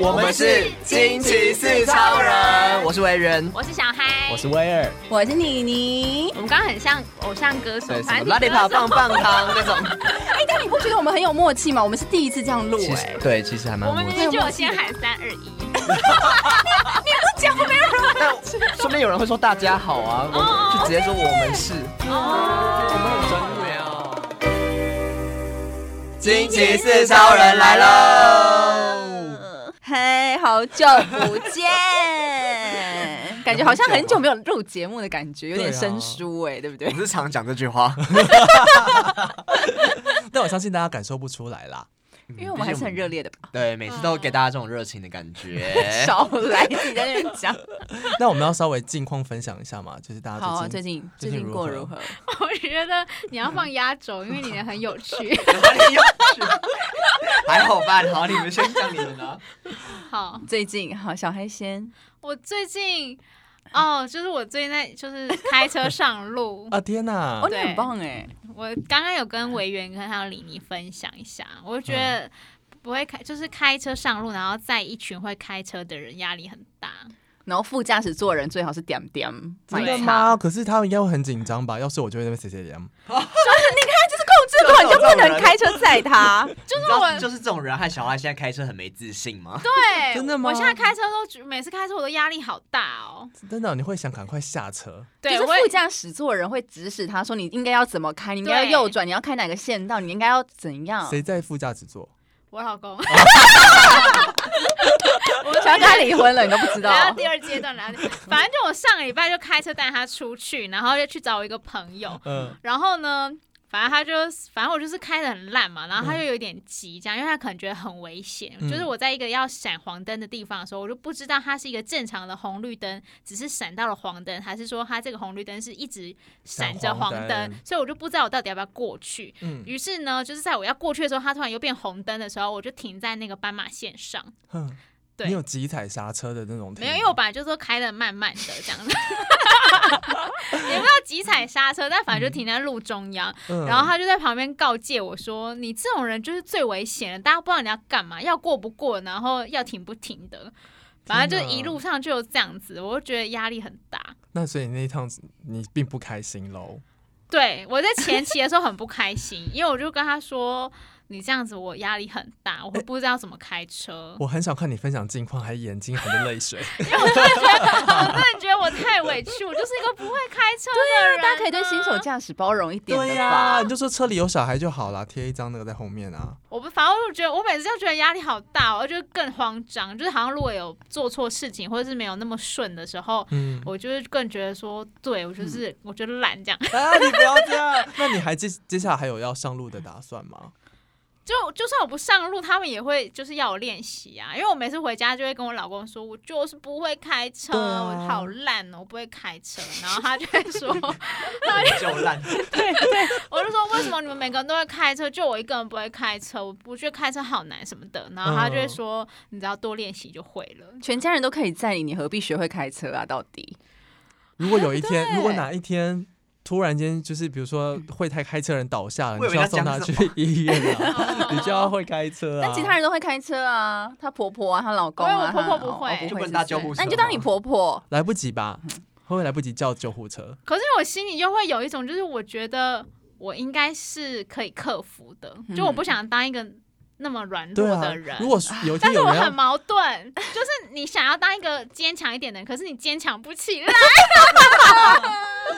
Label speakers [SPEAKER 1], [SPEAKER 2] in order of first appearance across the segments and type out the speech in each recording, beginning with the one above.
[SPEAKER 1] 我
[SPEAKER 2] 们是惊奇四超人，我是维人，
[SPEAKER 3] 我是小嗨，
[SPEAKER 1] 我是威尔，
[SPEAKER 4] 我是妮妮
[SPEAKER 3] 我。们刚刚很像偶像歌手
[SPEAKER 2] 对，，什
[SPEAKER 3] 反
[SPEAKER 2] 么
[SPEAKER 3] 正
[SPEAKER 2] 拉
[SPEAKER 3] 你
[SPEAKER 2] 力
[SPEAKER 3] 歌
[SPEAKER 2] 跑
[SPEAKER 3] 手
[SPEAKER 2] 棒棒糖那种，
[SPEAKER 4] 哎、但你不觉得我们很有默契吗？我们是第一次这样 录
[SPEAKER 2] 其
[SPEAKER 4] 哎、
[SPEAKER 2] 实对，其实还蛮
[SPEAKER 3] 我们
[SPEAKER 2] 默
[SPEAKER 3] 明
[SPEAKER 2] 契
[SPEAKER 3] 明就有先喊三二一，
[SPEAKER 2] 但说不定有人会说大家好啊，我们就直接说我们是，我
[SPEAKER 3] 哦
[SPEAKER 2] 们很专业啊。惊奇四超人来喽！
[SPEAKER 4] 嘿，好久不见， 感觉好像很久没有录节目的感觉，有点
[SPEAKER 1] 对啊嗯
[SPEAKER 4] 生疏哎、对不
[SPEAKER 2] 我
[SPEAKER 4] 对？
[SPEAKER 2] 们是常讲这句话，
[SPEAKER 1] 但我相信大家感受不出来啦。
[SPEAKER 4] 因为我们还是很热烈的吧，。
[SPEAKER 2] 对，每次都给大家这种热情的感 觉
[SPEAKER 4] 少来自己在那边讲。
[SPEAKER 1] 那我们要稍微近况分享一下嘛，就是大家
[SPEAKER 4] 好、啊，
[SPEAKER 1] 哎最
[SPEAKER 4] 最
[SPEAKER 1] 近
[SPEAKER 4] 近最
[SPEAKER 1] 最近
[SPEAKER 4] 近
[SPEAKER 1] 如
[SPEAKER 4] 过
[SPEAKER 1] 何，
[SPEAKER 4] 如何？
[SPEAKER 3] 我觉得你要放压轴，因为你的很有趣。
[SPEAKER 2] 哪里有趣 还好吧，好，你们先讲你们 的啊。
[SPEAKER 3] 好，
[SPEAKER 4] 最近好，小黑先。
[SPEAKER 3] 我最近哦，就是我最近在就是开车上路
[SPEAKER 1] 啊天哪
[SPEAKER 4] 哦，，你很
[SPEAKER 3] 对
[SPEAKER 4] 棒哎、
[SPEAKER 3] 我刚刚有跟维园跟还有李妮分享一下，我觉
[SPEAKER 2] 嗯
[SPEAKER 3] 得不会开就是开车上路，然后在一群会开车的人压力很大。
[SPEAKER 4] 然后副驾驶座人最好是点点买
[SPEAKER 1] 真的
[SPEAKER 4] 茶，
[SPEAKER 1] 吗？可是他们应该会很紧张吧？要是我就会在那边谁谁凉。
[SPEAKER 4] 这根本就不能开车载他。
[SPEAKER 2] 你知道就是这种人和小孩现在开车很没自信吗？
[SPEAKER 3] 对，
[SPEAKER 1] 真的吗
[SPEAKER 3] 我现在开车都觉每次开车我都压力好大哦。
[SPEAKER 1] 真的，你会想赶快下车？
[SPEAKER 3] 对，
[SPEAKER 4] 就是
[SPEAKER 3] 我也
[SPEAKER 4] 副驾驶座的人会指使他说你应该要怎么开，你应该要右转，你要开哪个线道，你应该要怎
[SPEAKER 3] 嗯
[SPEAKER 4] 样。
[SPEAKER 1] 谁在副驾驶座？
[SPEAKER 3] 我老公。
[SPEAKER 4] 想要跟他离婚了，你都不知道。
[SPEAKER 3] 然后第二阶段，然后 反正就我上个礼拜就开车带他出去，然后就去找我一个朋友，
[SPEAKER 1] 嗯，
[SPEAKER 3] 然后呢，反正他就，反正我就是开的很烂嘛，然后他就有点急，这样，因为他可能觉得很危险，
[SPEAKER 1] 嗯
[SPEAKER 3] 就是我在一个要闪黄灯的地方的时候，我就不知道它是一个正常的红绿灯，只是闪到了黄灯，还是说它这个红绿灯是一直闪着黄
[SPEAKER 1] 闪黄
[SPEAKER 3] 灯
[SPEAKER 1] 灯，
[SPEAKER 3] 所以我就不知道我到底要不要过去。
[SPEAKER 1] 嗯
[SPEAKER 3] 于是呢，就是在我要过去的时候，它突然又变红灯的时候，我就停在那个斑马线上。
[SPEAKER 1] 哼，
[SPEAKER 3] 对
[SPEAKER 1] 你有急踩刹车的那种体力？
[SPEAKER 3] 没有，因为我本来就说开的慢慢的这样 子，也不知道急踩刹车，但反
[SPEAKER 4] 嗯
[SPEAKER 3] 正就停在路中央。
[SPEAKER 1] 嗯
[SPEAKER 3] 然后他就在旁边告诫我说：“你这种人就是最危险的，大家不知道你要干嘛，要过不过，然后要停不停的。”反正就
[SPEAKER 1] 天哪
[SPEAKER 3] 一路上就有这样子，我就觉得压力很 大。
[SPEAKER 1] 那所以那一趟你并不开心喽？
[SPEAKER 3] 对我在前期的时候很不开心，因为我就跟他说：“你这样子我压力很大，我会不知道怎么开 车。
[SPEAKER 1] 我很少看你分享近况，还眼睛含着泪水。
[SPEAKER 3] 我真的觉得我太委屈，我就是一个不会开车的人、
[SPEAKER 4] 那大家可以对新手驾驶包容一点的吧
[SPEAKER 3] 啊
[SPEAKER 1] 你。就说车里有小孩就好啦，贴一张那个在后面啊。
[SPEAKER 3] 我不，反正我就觉得，我每次就觉得压力好大、哦，我就更慌张，就是好像如果有做错事情，或者是没有那么顺的时候，
[SPEAKER 1] 嗯，
[SPEAKER 3] 我就是更觉得说，对我就是、我觉得懒这样，
[SPEAKER 1] 啊，你不要这样。那你还接接下来还有要上路的打算吗？
[SPEAKER 3] 就就算我不上路，他们也会就是要我练习啊，因为我每次回家就会跟我老公说，我就是不会开车，
[SPEAKER 1] 对啊
[SPEAKER 3] 我好烂哦，我不会开车，然后他就会说，
[SPEAKER 2] 就烂，
[SPEAKER 3] 我就说为什么你们每个人都会开车，就我一个人不会开车，我不觉得开车好难什么的，然后他
[SPEAKER 1] 嗯
[SPEAKER 3] 就会说，你只要多练习就会 了。
[SPEAKER 4] 全家人都可以载你，你何必学会开车啊？到底
[SPEAKER 1] 如果有一天，
[SPEAKER 3] 啊
[SPEAKER 4] 对
[SPEAKER 1] 如果哪一天突然间就是比如说会太开车的人倒下了，
[SPEAKER 2] 我以
[SPEAKER 1] 你
[SPEAKER 2] 为
[SPEAKER 1] 就要
[SPEAKER 2] 他
[SPEAKER 1] 送他
[SPEAKER 2] 讲
[SPEAKER 1] 去
[SPEAKER 2] 什
[SPEAKER 1] 医院啊，
[SPEAKER 3] 哦
[SPEAKER 1] 你就要会开车 啊。
[SPEAKER 4] 但其他人都会开车啊，她婆婆啊，她老公
[SPEAKER 3] 我
[SPEAKER 4] 啊，
[SPEAKER 3] 有婆婆
[SPEAKER 4] 她
[SPEAKER 3] 不会
[SPEAKER 4] 哦不
[SPEAKER 2] 就不
[SPEAKER 4] 会
[SPEAKER 2] 能搭
[SPEAKER 4] 是不是
[SPEAKER 2] 救护车
[SPEAKER 4] 那你就当你婆婆。
[SPEAKER 1] 来不及吧？会不会来不及叫救护车？
[SPEAKER 3] 可是我心里就会有一种，就是我觉得我应该是可以克服的，
[SPEAKER 4] 嗯
[SPEAKER 3] 就我不想当一个那么软
[SPEAKER 1] 对
[SPEAKER 3] 弱
[SPEAKER 1] 啊
[SPEAKER 3] 的人。，
[SPEAKER 1] 如果是有一
[SPEAKER 3] 但
[SPEAKER 1] 天
[SPEAKER 3] 是
[SPEAKER 1] 有
[SPEAKER 3] 我
[SPEAKER 1] 人
[SPEAKER 3] 很
[SPEAKER 1] 要，
[SPEAKER 3] 矛盾， 就是你想要当一个坚强一点的人，可是你坚强不起 来。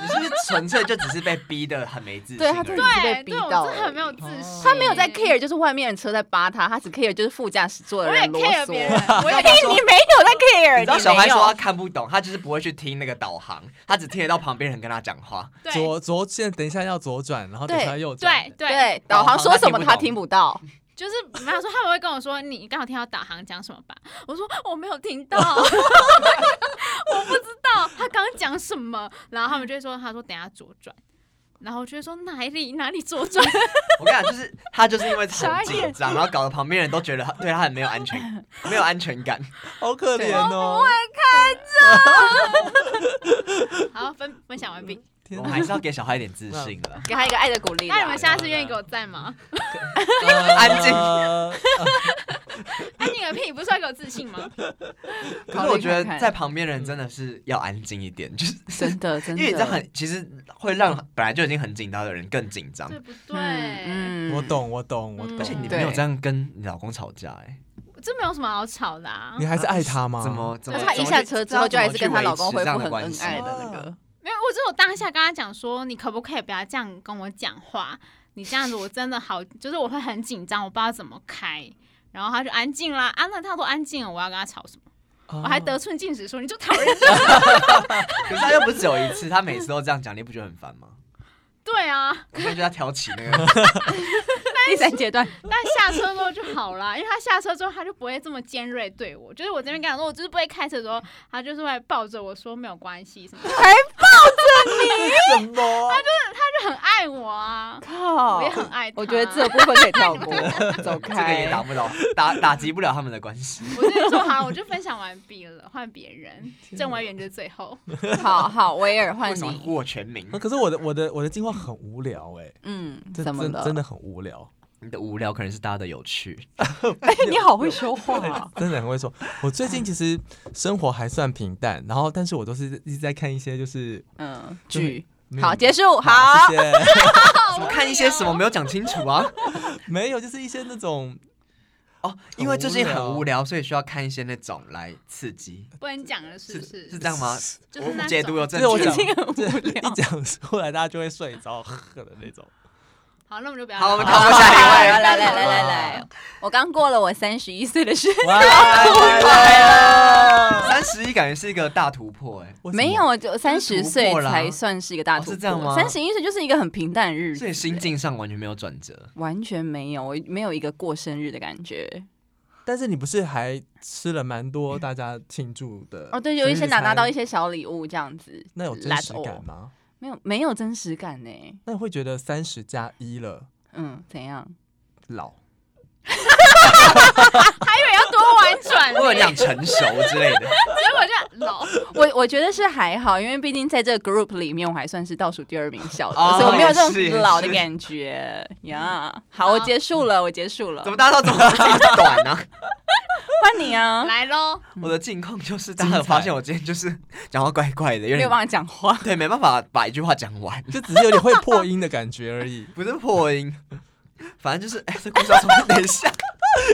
[SPEAKER 2] 你是不是纯粹就只是被逼的很没自信？
[SPEAKER 4] 对他真的是被
[SPEAKER 3] 对，
[SPEAKER 4] 逼
[SPEAKER 3] 对我
[SPEAKER 4] 到
[SPEAKER 3] 真的
[SPEAKER 4] 而
[SPEAKER 3] 很没有
[SPEAKER 1] 已
[SPEAKER 3] 自信。
[SPEAKER 4] 她没有在 care，就是外面的车在扒她，她只 care 就是副驾驶座的
[SPEAKER 3] 我也
[SPEAKER 4] 人啰
[SPEAKER 3] care 别人
[SPEAKER 4] 嗦。，
[SPEAKER 3] 我也
[SPEAKER 4] 你没有在 care，
[SPEAKER 2] 你知道
[SPEAKER 4] 你
[SPEAKER 2] 小孩
[SPEAKER 4] 没有
[SPEAKER 2] 说他看不懂，他就是不会去听那个导航，他只听得到旁边人跟他讲话。
[SPEAKER 3] 对
[SPEAKER 1] 左左现在等一下要左转，然后等一下右转
[SPEAKER 3] 对。对，
[SPEAKER 4] 对，导航说什么他听不到。
[SPEAKER 3] 就是比方说他们会跟我说你刚好听到导航讲什么吧，我说我没有听到，我不知道他刚刚讲什么，然后他们就会说他说等一下左转，然后我就会说哪里哪里左转，
[SPEAKER 2] 我跟你讲，就是他就是因为
[SPEAKER 4] 傻
[SPEAKER 2] 很
[SPEAKER 4] 眼
[SPEAKER 2] 紧张，然后搞得旁边人都觉得他对他很没有安全，没有安全 感。
[SPEAKER 1] 好可怜哦！
[SPEAKER 3] 好分分享完毕。
[SPEAKER 1] 天
[SPEAKER 2] 我
[SPEAKER 1] 哪
[SPEAKER 2] 们还是要给小孩一点自信的。
[SPEAKER 4] 给他一个爱的鼓励啦。
[SPEAKER 3] 那你们下次愿意给我赞吗？
[SPEAKER 2] 安静
[SPEAKER 1] 呃
[SPEAKER 3] 哎安你个屁你不是要给我自信吗？
[SPEAKER 2] 可
[SPEAKER 4] 考
[SPEAKER 2] 是
[SPEAKER 4] 虑
[SPEAKER 2] 我觉得
[SPEAKER 4] 看看
[SPEAKER 2] 在旁边人真的是要安静一点，就是
[SPEAKER 4] 真的真
[SPEAKER 2] 因
[SPEAKER 4] 的，
[SPEAKER 2] 为你这样很，其实会让本来就已经很紧张的人更紧张，
[SPEAKER 3] 对不对？嗯，
[SPEAKER 4] 嗯，嗯
[SPEAKER 1] 我，懂，我懂，我懂。
[SPEAKER 3] 嗯
[SPEAKER 2] 而且你
[SPEAKER 4] 对
[SPEAKER 2] 没有这样跟你老公吵架，哎，
[SPEAKER 3] 这没有什么好吵的啊
[SPEAKER 1] 你。还是爱他吗？
[SPEAKER 2] 怎么怎
[SPEAKER 4] 可
[SPEAKER 2] 么？
[SPEAKER 4] 是她一下车之后就还是跟她老公恢
[SPEAKER 2] 恢
[SPEAKER 4] 复
[SPEAKER 2] 复
[SPEAKER 4] 很恩爱
[SPEAKER 1] 的
[SPEAKER 4] 的那
[SPEAKER 1] 那
[SPEAKER 4] 个
[SPEAKER 1] 个，
[SPEAKER 3] 没有，我只有当下跟他讲说，你可不可以不要这样跟我讲话？你这样子我真的好，就是我会很紧张，我不知道怎么开。然后他就安静啦，安、啊、了他都安静了，我要跟他吵什么？
[SPEAKER 1] 啊？
[SPEAKER 4] 哦
[SPEAKER 3] 我还得寸进尺说，你就讨厌。
[SPEAKER 2] 可是他又不是只有一次，他每次都这样讲，你不觉得很烦吗？
[SPEAKER 3] 对啊，
[SPEAKER 2] 我感觉他挑起那 个，
[SPEAKER 4] 第三阶段，
[SPEAKER 3] 但下车之后就好啦，因为他下车之后他就不会这么尖锐对我。就是我这边跟他说，我就是不会开车的时候，他就是会抱着我说没有关系什么的，
[SPEAKER 2] 什么？
[SPEAKER 3] 他就很爱我啊，
[SPEAKER 4] 靠
[SPEAKER 3] 我也很爱他。啊
[SPEAKER 4] 我觉得这部分可以跳过，
[SPEAKER 2] 这
[SPEAKER 4] 走
[SPEAKER 2] 个也
[SPEAKER 4] 开。
[SPEAKER 2] 打不了，打打击不了他们的关系。
[SPEAKER 3] 我就说好，我就分享完毕了，换别人。郑维元就是最后，
[SPEAKER 4] 好好，维尔换
[SPEAKER 2] 为什么
[SPEAKER 4] 你。
[SPEAKER 2] 呼我全名
[SPEAKER 1] 啊？可是我的我的我的进化很无聊哎、
[SPEAKER 4] 嗯，
[SPEAKER 1] 这
[SPEAKER 4] 怎么哦
[SPEAKER 1] 真
[SPEAKER 4] 了？
[SPEAKER 1] 真的很无聊，
[SPEAKER 2] 你的无聊可能是大家的有趣，
[SPEAKER 4] 哎，你好会说话啊。
[SPEAKER 1] 真的 很会说。我最近其实生活还算平淡，然后但是我都是一直在看一些就是
[SPEAKER 4] 嗯，
[SPEAKER 1] 就是
[SPEAKER 4] 剧
[SPEAKER 1] 没有
[SPEAKER 4] 好结束，
[SPEAKER 1] 好，
[SPEAKER 4] 好
[SPEAKER 1] 谢，谢。
[SPEAKER 2] 我们看一些什么没有讲清楚啊？
[SPEAKER 1] 没有，就是一些那种
[SPEAKER 2] 哦，因为最近很无聊，所以需要看一些那种来刺激，
[SPEAKER 3] 不能讲了，是不是？
[SPEAKER 2] 是这样吗？
[SPEAKER 3] 就是那种
[SPEAKER 2] 解读有正
[SPEAKER 1] 这我
[SPEAKER 2] 确
[SPEAKER 1] 讲
[SPEAKER 2] 吗。
[SPEAKER 4] 已经很无
[SPEAKER 1] 一
[SPEAKER 4] 聊。
[SPEAKER 1] 讲出来大家就会睡着的那 种。
[SPEAKER 3] 好，那我们就不要
[SPEAKER 2] 好我们
[SPEAKER 3] 聊
[SPEAKER 2] 跳
[SPEAKER 3] 了
[SPEAKER 2] 过下一
[SPEAKER 4] 来
[SPEAKER 2] 位
[SPEAKER 4] 来来来来来，我刚过了我三十一岁的生日，
[SPEAKER 1] 哇，
[SPEAKER 2] 哎
[SPEAKER 1] 来了！
[SPEAKER 2] 三十一感觉是一个大突破哎、
[SPEAKER 1] 为什么
[SPEAKER 4] 没，有，就三十岁
[SPEAKER 2] 突破啦
[SPEAKER 4] 才算是一个大突
[SPEAKER 2] 哦是这样
[SPEAKER 4] 破。
[SPEAKER 2] 吗
[SPEAKER 4] 三十一岁就是一个很平淡的日子
[SPEAKER 2] 所以，心境上完全没有转折。
[SPEAKER 4] 完全没有，我没有一个过生日的感觉。
[SPEAKER 1] 但是你不是还吃了蛮多大家庆祝的？
[SPEAKER 4] 哦，对，有一些拿
[SPEAKER 1] 拿
[SPEAKER 4] 拿到一些小礼物这样子，
[SPEAKER 1] 那有真
[SPEAKER 4] That's
[SPEAKER 1] 实感
[SPEAKER 4] all？
[SPEAKER 1] 吗？
[SPEAKER 4] 没有，没有真实感呢。
[SPEAKER 1] 那你会觉得三十加一了
[SPEAKER 4] 嗯，怎样？
[SPEAKER 1] 老？
[SPEAKER 3] 还以为要多婉转嘞，
[SPEAKER 2] 我有讲成熟之类的，
[SPEAKER 3] 结果就老，
[SPEAKER 4] 我我觉得是还好，因为毕竟在这个 group 里面，我还算是倒数第二名小的，
[SPEAKER 2] 哦
[SPEAKER 4] 所以我没有这
[SPEAKER 2] 也是也
[SPEAKER 4] 种
[SPEAKER 2] 是
[SPEAKER 4] 老的感觉呀。好，我结束了，我结束了
[SPEAKER 2] 怎，么大家都怎么这么短啊呢、
[SPEAKER 4] 换你啊！
[SPEAKER 3] 来喽，
[SPEAKER 2] 我的近况就是大家有发现我今天就是 讲话怪怪的，有
[SPEAKER 4] 没有
[SPEAKER 2] 点
[SPEAKER 4] 办法讲话，
[SPEAKER 2] 对，没办法把一句话讲 完，。
[SPEAKER 1] 就只是有点会破音的感觉而已
[SPEAKER 2] 不是破音，反正就是哎、这故事要从等一 下，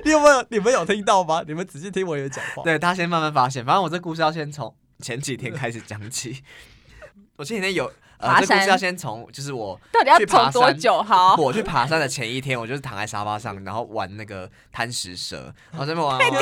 [SPEAKER 1] 你有没有？你们有听到吗？你们仔细听我有讲话。
[SPEAKER 2] 对，大家先慢慢发现，反正我这故事要先从前几天开始讲起。 我前几天有呃，
[SPEAKER 4] 爬
[SPEAKER 2] 这故
[SPEAKER 4] 山哦
[SPEAKER 2] 事要先从就是我
[SPEAKER 4] 到底要
[SPEAKER 2] 去爬
[SPEAKER 4] 走多
[SPEAKER 2] 山
[SPEAKER 4] 久？好，
[SPEAKER 2] 我去爬山的前一天，我就是躺在沙发上，然后玩那个贪食蛇，然后这边
[SPEAKER 1] 啊
[SPEAKER 2] 玩玩玩。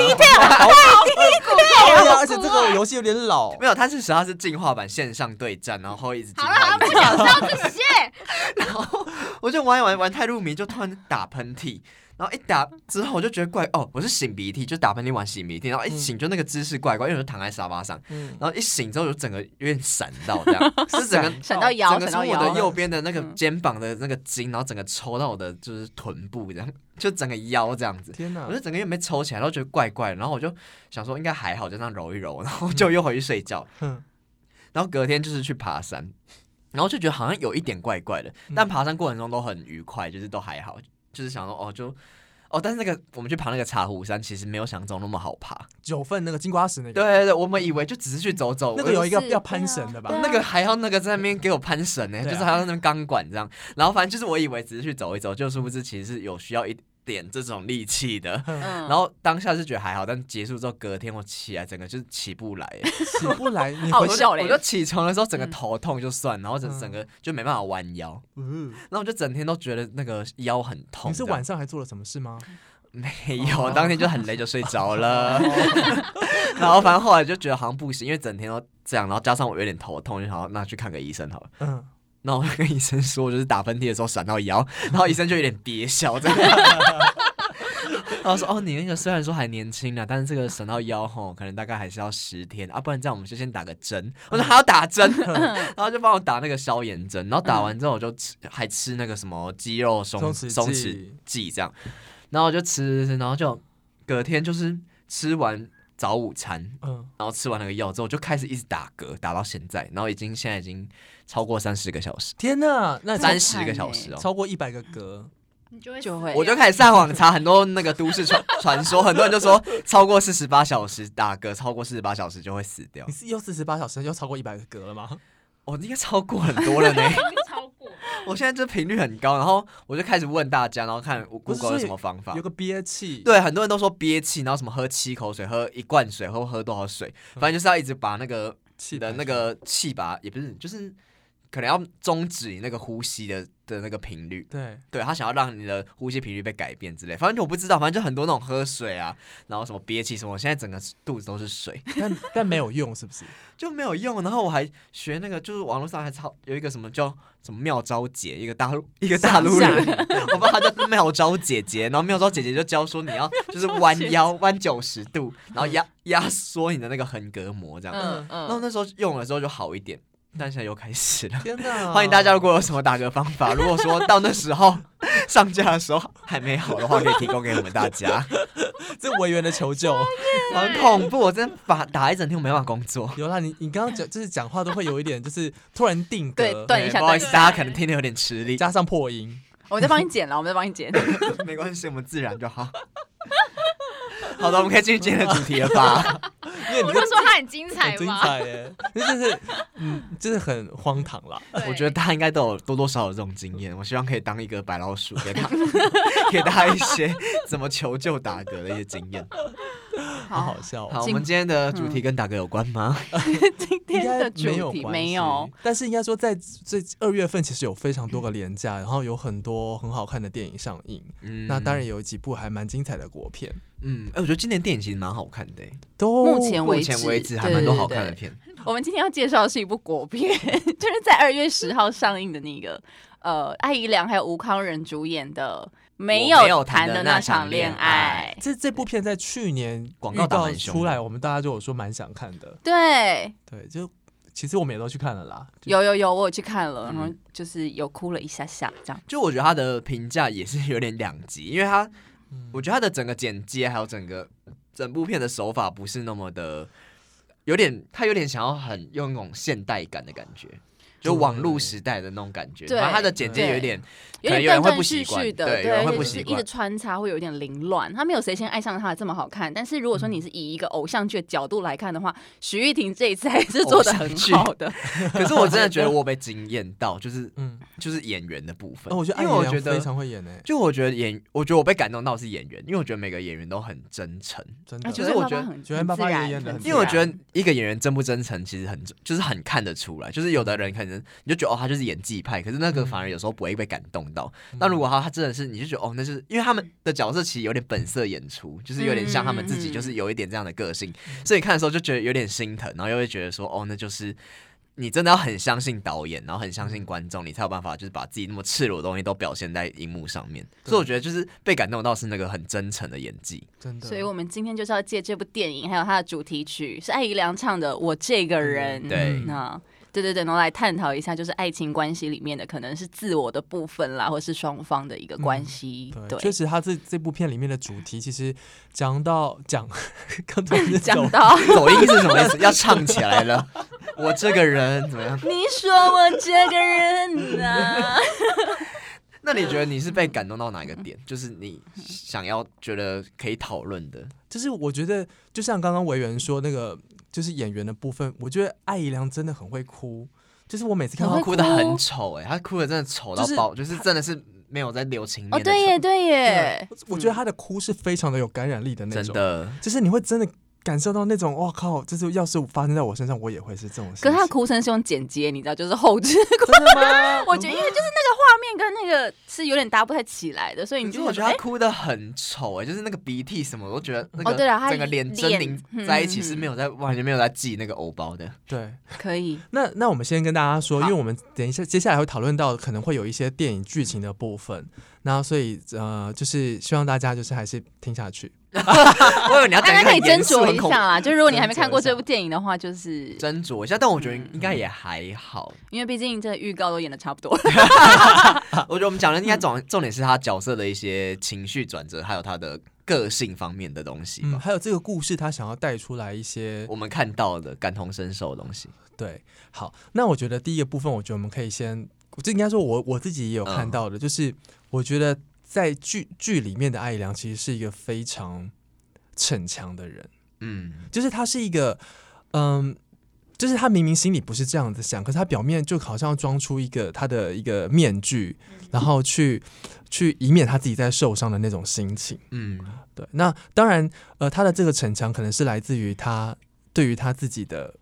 [SPEAKER 1] 对啊，而且这个游戏有点老。
[SPEAKER 2] 没有，它是实际上是进化版线上对战，然后一直进
[SPEAKER 3] 好
[SPEAKER 2] 化。
[SPEAKER 3] 了好
[SPEAKER 2] 一直
[SPEAKER 3] 了，不
[SPEAKER 2] 进
[SPEAKER 3] 想知道这些，
[SPEAKER 2] 我就玩一玩玩太入迷，就突然打喷嚏，然后一打之后我就觉得怪哦，我是擤鼻涕，就打喷嚏玩擤鼻涕，然后一擤就那个姿势怪怪，因为我就躺在沙发上，
[SPEAKER 1] 嗯，
[SPEAKER 2] 然后一擤之后就整个有点闪到这 样，是整个。哦
[SPEAKER 4] 闪到腰，
[SPEAKER 2] 整
[SPEAKER 4] 闪
[SPEAKER 2] 个
[SPEAKER 4] 到
[SPEAKER 2] 从我
[SPEAKER 4] 腰，
[SPEAKER 2] 的右边的那个
[SPEAKER 4] 嗯
[SPEAKER 2] 肩膀的那个筋，然后整个抽到我的就是臀部，这样就整个腰这样子，
[SPEAKER 1] 天哪
[SPEAKER 2] 我就！整个又没抽起来，然后觉得怪怪的，然后我就想说应该还好，就这样揉一揉，然后就又回去睡觉。
[SPEAKER 1] 嗯
[SPEAKER 2] 然后隔天就是去爬山，然后就觉得好像有一点怪怪的，
[SPEAKER 1] 嗯
[SPEAKER 2] 但爬山过程中都很愉快，就是都还好，就是想说哦就哦，但是那个我们去爬那个茶壶山，其实没有想象中那么好爬。
[SPEAKER 1] 九份那个金瓜石那
[SPEAKER 2] 对
[SPEAKER 1] 个，
[SPEAKER 2] 对对，我们以为就只是去走走，
[SPEAKER 1] 那
[SPEAKER 2] 我
[SPEAKER 1] 个
[SPEAKER 2] 就
[SPEAKER 1] 有一个
[SPEAKER 4] 是
[SPEAKER 1] 要攀绳的吧
[SPEAKER 4] 对啊？
[SPEAKER 2] 那个还要那个在那边给我攀绳呢、欸
[SPEAKER 1] 对啊
[SPEAKER 2] 就是还要那边钢管这样。然后反正就是我以为只是去走一走，就殊不知其实是有需要一点这种力气的。
[SPEAKER 4] 嗯，
[SPEAKER 2] 然后当下是觉得还好，但结束之后隔天我起来整个就是起不来、
[SPEAKER 1] 起不来，你
[SPEAKER 4] 好
[SPEAKER 1] 回
[SPEAKER 2] 我
[SPEAKER 4] 笑
[SPEAKER 2] 就
[SPEAKER 4] 嘞
[SPEAKER 2] 我就起床的时候整个
[SPEAKER 4] 嗯
[SPEAKER 2] 头痛就算，然后整
[SPEAKER 1] 嗯
[SPEAKER 2] 整个就没办法弯腰，
[SPEAKER 1] 嗯
[SPEAKER 2] 然后我就整天都觉得那个腰很痛。
[SPEAKER 1] 你是晚上哦还做了什么事 吗？
[SPEAKER 2] 没有？当天就很累就睡着 了，
[SPEAKER 1] 哦
[SPEAKER 2] 然后反正后来就觉得好像不行，因为整天都这样，然后加上我有点头痛，就想要那去看个医生好了。
[SPEAKER 1] 嗯，
[SPEAKER 2] 然后我就跟医生说，我就是打喷嚏的时候闪到 腰，然后医生就有点憋笑这样。然后说哦，你那个虽然说还年轻呢，但是这个闪到腰吼，可能大概还是要十天啊，不然这样我们就先打个
[SPEAKER 1] 嗯
[SPEAKER 2] 针。我说还要打 针，然后就帮我打那个消炎针，然后打完之后我就吃，还吃那个什么肌肉松
[SPEAKER 1] 嗯松弛
[SPEAKER 2] 松弛
[SPEAKER 1] 剂
[SPEAKER 2] 剂这样，然后我就吃吃吃，然后就隔天就是吃完早午餐，
[SPEAKER 1] 嗯，
[SPEAKER 2] 然后吃完那个药之后，我就开始一直打嗝，打到现在，然后已经现在已经超过三十个小时，
[SPEAKER 1] 天哪！那
[SPEAKER 2] 三
[SPEAKER 4] 惨
[SPEAKER 1] 超
[SPEAKER 2] 十个小时哦，
[SPEAKER 1] 超过一百个格，
[SPEAKER 3] 你就会
[SPEAKER 4] 就会
[SPEAKER 2] 我就开始上网查很多那个都市 传传说，很多人就说超过四十八小时打嗝，超过四十八小时就会死掉
[SPEAKER 1] 你。是又四十八小时又超过一百个格了吗？
[SPEAKER 2] 我、哦应该超过很多了呢。
[SPEAKER 3] 超过。
[SPEAKER 2] 我现在这频率很高，然后我就开始问大家，然后看我
[SPEAKER 1] 不是
[SPEAKER 2] Google 有什
[SPEAKER 1] 所
[SPEAKER 2] 么
[SPEAKER 1] 以
[SPEAKER 2] 方法
[SPEAKER 1] 有。个憋气，，
[SPEAKER 2] 对，很多人都说憋气，然后什么喝七口水，喝一罐水，或喝多少水，
[SPEAKER 1] 嗯
[SPEAKER 2] 反正就是要一直把那个
[SPEAKER 1] 气
[SPEAKER 2] 你的
[SPEAKER 1] 排
[SPEAKER 2] 那
[SPEAKER 1] 出
[SPEAKER 2] 个气吧，也不是，就是可能要终止你那个呼吸的的那个频率。
[SPEAKER 1] 对，
[SPEAKER 2] 对他想要让你的呼吸频率被改变之类，反正我不知道，反正就很多那种喝水啊，然后什么憋气什么，我现在整个肚子都是水，
[SPEAKER 1] 但但没有用，是不是？
[SPEAKER 2] 就没有用。然后我还学那个，就是网络上还抄有一个什么叫什么妙招姐，一个大陆一个大陆人， 我不知道她叫妙招姐姐。然后妙招姐姐就教说你要就是弯腰弯九十度，然后压压缩你的那个横膈膜这样。
[SPEAKER 4] 嗯
[SPEAKER 2] 然后
[SPEAKER 4] 嗯，
[SPEAKER 2] 那时候用了之后就好一点，但现在又开始了。
[SPEAKER 1] 天哪！
[SPEAKER 2] 欢迎大家，如果有什么打嗝方 法，如果说到那时候上架的时候还没好的话，可以提供给我们大家。
[SPEAKER 1] 这委员的求救。
[SPEAKER 2] 很恐怖，我真的打打一整天，我没办法工 作。
[SPEAKER 1] 有啦，你你刚刚讲就是讲话都会有一点，就是突然定
[SPEAKER 4] 对
[SPEAKER 1] 格，
[SPEAKER 4] 断一下
[SPEAKER 2] 不好意
[SPEAKER 4] 断一
[SPEAKER 2] 思，
[SPEAKER 4] 下
[SPEAKER 2] 大家可能听得有点吃力，
[SPEAKER 1] 加上破音，
[SPEAKER 4] 我们再帮你剪了，我们再帮你剪。
[SPEAKER 2] 没关系，我们自然就好。好的，我们可以进入今天的主题了 吧？
[SPEAKER 1] 因为你
[SPEAKER 3] 我
[SPEAKER 1] 这
[SPEAKER 3] 就说它很精彩
[SPEAKER 1] 很精
[SPEAKER 3] 吧，
[SPEAKER 1] 彩耶， 就是嗯，就是很荒唐啦。
[SPEAKER 3] 对
[SPEAKER 2] 我觉得大家应该都有多多少少有这种经验。我希望可以当一个白老鼠，给 他给大家一些怎么求救打嗝的一些经验。
[SPEAKER 1] 好好笑哦，
[SPEAKER 2] 好，我嗯们今天的主题跟打嗝有关吗？
[SPEAKER 4] 今
[SPEAKER 1] 应
[SPEAKER 4] 天的
[SPEAKER 1] 该
[SPEAKER 4] 主
[SPEAKER 1] 没有
[SPEAKER 4] 题
[SPEAKER 1] 关
[SPEAKER 4] 没
[SPEAKER 1] 系
[SPEAKER 4] 有，，
[SPEAKER 1] 但是应该说在这二月份其实有非常多个连假，然后有很多很好看的电影上映，
[SPEAKER 2] 嗯
[SPEAKER 1] 那当然，有几部还蛮精彩的国片。
[SPEAKER 2] 嗯，哎、我觉得今年电影其实蛮好看的、欸，
[SPEAKER 1] 都
[SPEAKER 4] 目前
[SPEAKER 2] 目
[SPEAKER 4] 为
[SPEAKER 2] 前
[SPEAKER 4] 止
[SPEAKER 2] 为止还
[SPEAKER 4] 对
[SPEAKER 2] 蛮多
[SPEAKER 4] 对
[SPEAKER 2] 好看的
[SPEAKER 4] 对
[SPEAKER 2] 片。
[SPEAKER 4] 我们今天要介绍的是一部国片， 就是在二月十号上映的那个，呃，艾怡良还有吴康仁主演的《没
[SPEAKER 2] 我没有谈
[SPEAKER 4] 谈
[SPEAKER 2] 的
[SPEAKER 4] 的
[SPEAKER 2] 那
[SPEAKER 4] 那
[SPEAKER 2] 场
[SPEAKER 4] 场恋
[SPEAKER 2] 恋
[SPEAKER 4] 爱》。
[SPEAKER 1] 这这部片在去年
[SPEAKER 2] 广告
[SPEAKER 1] 预
[SPEAKER 2] 打
[SPEAKER 1] 告
[SPEAKER 2] 蛮凶的
[SPEAKER 1] 出来，我们大家就有说蛮想看的。
[SPEAKER 4] 对，
[SPEAKER 1] 对，就其实我们也都去看了啦。就
[SPEAKER 4] 有有有，我有去看了，然后
[SPEAKER 2] 嗯
[SPEAKER 4] 就是有哭了一下下，这样。
[SPEAKER 2] 就我觉得他的评价也是有点两极，因为他
[SPEAKER 1] 嗯
[SPEAKER 2] 我觉得他的整个剪接还有整个整部片的手法不是那么的，有点他有点想要很用那种现代感的感觉，就网络时代的那种感觉。
[SPEAKER 4] 对
[SPEAKER 2] 然后他的剪接有点，可能有
[SPEAKER 4] 断
[SPEAKER 2] 人会
[SPEAKER 4] 断
[SPEAKER 2] 不习
[SPEAKER 4] 续
[SPEAKER 2] 惯
[SPEAKER 4] 续，的，
[SPEAKER 2] 对，有
[SPEAKER 4] 而
[SPEAKER 2] 人会
[SPEAKER 4] 且
[SPEAKER 2] 不
[SPEAKER 4] 就
[SPEAKER 2] 习
[SPEAKER 4] 是一直
[SPEAKER 2] 惯。
[SPEAKER 4] 穿插，会有一点凌乱。他没有谁先爱上他这么好看，但是如果说你是以一个偶像剧的角度来看的话，许玉婷这一次还是做的很好的。
[SPEAKER 2] 可是我真的觉得我被惊艳到，就是
[SPEAKER 1] 嗯，
[SPEAKER 2] 就是演员的部分，
[SPEAKER 1] 哦，我觉得
[SPEAKER 2] 因为
[SPEAKER 1] 艾
[SPEAKER 2] 我
[SPEAKER 1] 怡
[SPEAKER 2] 觉
[SPEAKER 1] 良非
[SPEAKER 2] 得。
[SPEAKER 1] 常会演欸诶，
[SPEAKER 2] 就我觉得演，我觉得我被感动到是演员，因为我觉得每个演员都很真诚，
[SPEAKER 1] 真
[SPEAKER 4] 哎
[SPEAKER 1] 的。
[SPEAKER 2] 就其是实我觉得
[SPEAKER 1] 九零八八也演得
[SPEAKER 4] 啊
[SPEAKER 1] 很
[SPEAKER 2] 因为我觉
[SPEAKER 4] 得
[SPEAKER 2] 得一个演员真不真诚，其实很就是很看得出来。就是有的人可能你就觉得哦，他就是演技派，可是那个反而有时候不会被感动到。那如果他他真的是，你就觉得哦，那就是因为他们的角色其实有点本色演出，就是有点像他们自己，
[SPEAKER 4] 嗯
[SPEAKER 2] 就是有一点这样的个性，所以看的时候就觉得有点心疼，然后又会觉得说哦，那就是。你真的要很相信导演，然后很相信观众，你才有办法就是把自己那么赤裸的东西都表现在荧幕上面。所以我觉得就是被感动到是那个很真诚的演技。
[SPEAKER 1] 真的，
[SPEAKER 4] 所以我们今天就是要借这部电影，还有它的主题曲是艾怡良唱的《我这个人》。
[SPEAKER 2] 嗯对
[SPEAKER 4] 那对对对，然后来探讨一下，就是爱情关系里面的可能是自我的部分啦，或是双方的一个
[SPEAKER 2] 嗯
[SPEAKER 4] 关系。
[SPEAKER 1] 对，确
[SPEAKER 4] 对，
[SPEAKER 1] 实他这这部片里面的主题其实讲到讲， 刚才是
[SPEAKER 4] 讲
[SPEAKER 1] 走
[SPEAKER 4] 到
[SPEAKER 2] 走音是什么意思？要唱起来了。我这个人怎么样？
[SPEAKER 4] 你说我这个人啊，
[SPEAKER 2] 那你觉得你是被感动到哪一个点？就是你想要觉得可以讨论的，
[SPEAKER 1] 就是我觉得，就像刚刚委员说那个，就是演员的部分，我觉得艾怡良真的很会哭。就是我每次看
[SPEAKER 4] 很
[SPEAKER 1] 到
[SPEAKER 4] 会
[SPEAKER 2] 他
[SPEAKER 4] 哭
[SPEAKER 2] 哭的很丑哎、他哭的真的丑到
[SPEAKER 1] 就是
[SPEAKER 2] 爆，就是真的是没有在留情 面
[SPEAKER 4] 哦，
[SPEAKER 2] 的丑。
[SPEAKER 4] 对耶，对耶，
[SPEAKER 1] 对我我觉得他的哭是非常的有感染力的那种，
[SPEAKER 2] 真的。
[SPEAKER 1] 就是你会真的感受到那种，哇靠，这是要是发生在我身上，我也会是这种心情。
[SPEAKER 4] 可是他哭声是用剪接，你知道，就是后置。
[SPEAKER 1] 真的
[SPEAKER 2] 啊
[SPEAKER 1] 吗？
[SPEAKER 4] 我觉得因为就是那个画面跟那个是有点搭不太起来的，所以你
[SPEAKER 2] 可是
[SPEAKER 4] 就哎
[SPEAKER 2] 我
[SPEAKER 4] 会
[SPEAKER 2] 觉得他哭的很丑哎、就是那个鼻涕什么，我都觉得那
[SPEAKER 4] 哦对了
[SPEAKER 2] 个
[SPEAKER 4] 他嗯
[SPEAKER 2] 整个脸狰狞
[SPEAKER 4] 脸
[SPEAKER 2] 在一起是没有在完全没有在记那个欧包的。
[SPEAKER 1] 对。
[SPEAKER 4] 哎可以，
[SPEAKER 1] 那那我们先跟大家说，因
[SPEAKER 2] 好
[SPEAKER 1] 为我们等一下接下来会讨论到可能会有一些电影剧情的部分，那所以呃，就是希望大家就是还是听下去。
[SPEAKER 2] 我以为你要
[SPEAKER 4] 大
[SPEAKER 2] 讲
[SPEAKER 4] 家
[SPEAKER 2] 一个
[SPEAKER 4] 可
[SPEAKER 2] 很
[SPEAKER 4] 以斟
[SPEAKER 2] 严肃
[SPEAKER 4] 酌
[SPEAKER 2] 很
[SPEAKER 4] 一
[SPEAKER 2] 恐
[SPEAKER 4] 下啦。就如果你还没看过
[SPEAKER 1] 斟酌一下
[SPEAKER 4] 这部电影的话，就是
[SPEAKER 2] 斟酌一下，但我觉得应
[SPEAKER 4] 嗯
[SPEAKER 2] 该也还好。
[SPEAKER 4] 因为毕竟这预告都演的差不多了。
[SPEAKER 2] 我觉得我们讲的应该
[SPEAKER 1] 嗯
[SPEAKER 2] 重重点是他角色的一些情绪转折，还有他的个性方面的东西
[SPEAKER 1] 嗯，
[SPEAKER 2] 吧。
[SPEAKER 1] 还有这个故事他想要带出来一些
[SPEAKER 2] 我们看到的感同身受的东西，
[SPEAKER 1] 对，好，那我觉嗯得第一个部分，我觉得我们可以先，这应该说我我自己也有看到的，就是我觉得在剧剧里面的艾怡良其实是一个非常逞强的人，
[SPEAKER 2] 嗯，
[SPEAKER 1] 就是他是一个，嗯，就是他明明心里不是这样子想，可是他表面就好像要装出一个他的一个面具，
[SPEAKER 4] 嗯
[SPEAKER 1] 然后去去以免他自己在受伤的那种心情。
[SPEAKER 2] 嗯，
[SPEAKER 1] 对，那当然，呃，他的这个逞强可能是来自于他对于他自己的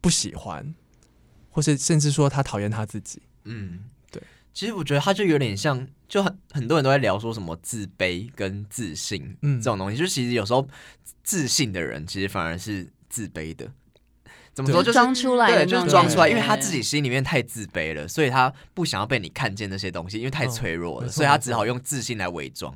[SPEAKER 1] 不喜欢，或是甚至说他讨厌他自己。
[SPEAKER 2] 嗯，
[SPEAKER 1] 对。
[SPEAKER 2] 其实我觉得他就有点像，就很很多人都在聊说什么自卑跟自信，
[SPEAKER 1] 嗯
[SPEAKER 2] 这种东西。就其实有时候自信的人，其实反而是自卑的。怎么
[SPEAKER 1] 对
[SPEAKER 2] 说？就是
[SPEAKER 4] 装出来的
[SPEAKER 2] 对，
[SPEAKER 4] 那
[SPEAKER 2] 就
[SPEAKER 4] 种感觉，
[SPEAKER 2] 是装出来，因为他自己心里面太自卑了，所以他不想要被你看见那些东西，因为太
[SPEAKER 1] 嗯
[SPEAKER 2] 脆弱了，
[SPEAKER 1] 没错
[SPEAKER 2] 所以他
[SPEAKER 1] 没错
[SPEAKER 2] 只好用自信来伪装。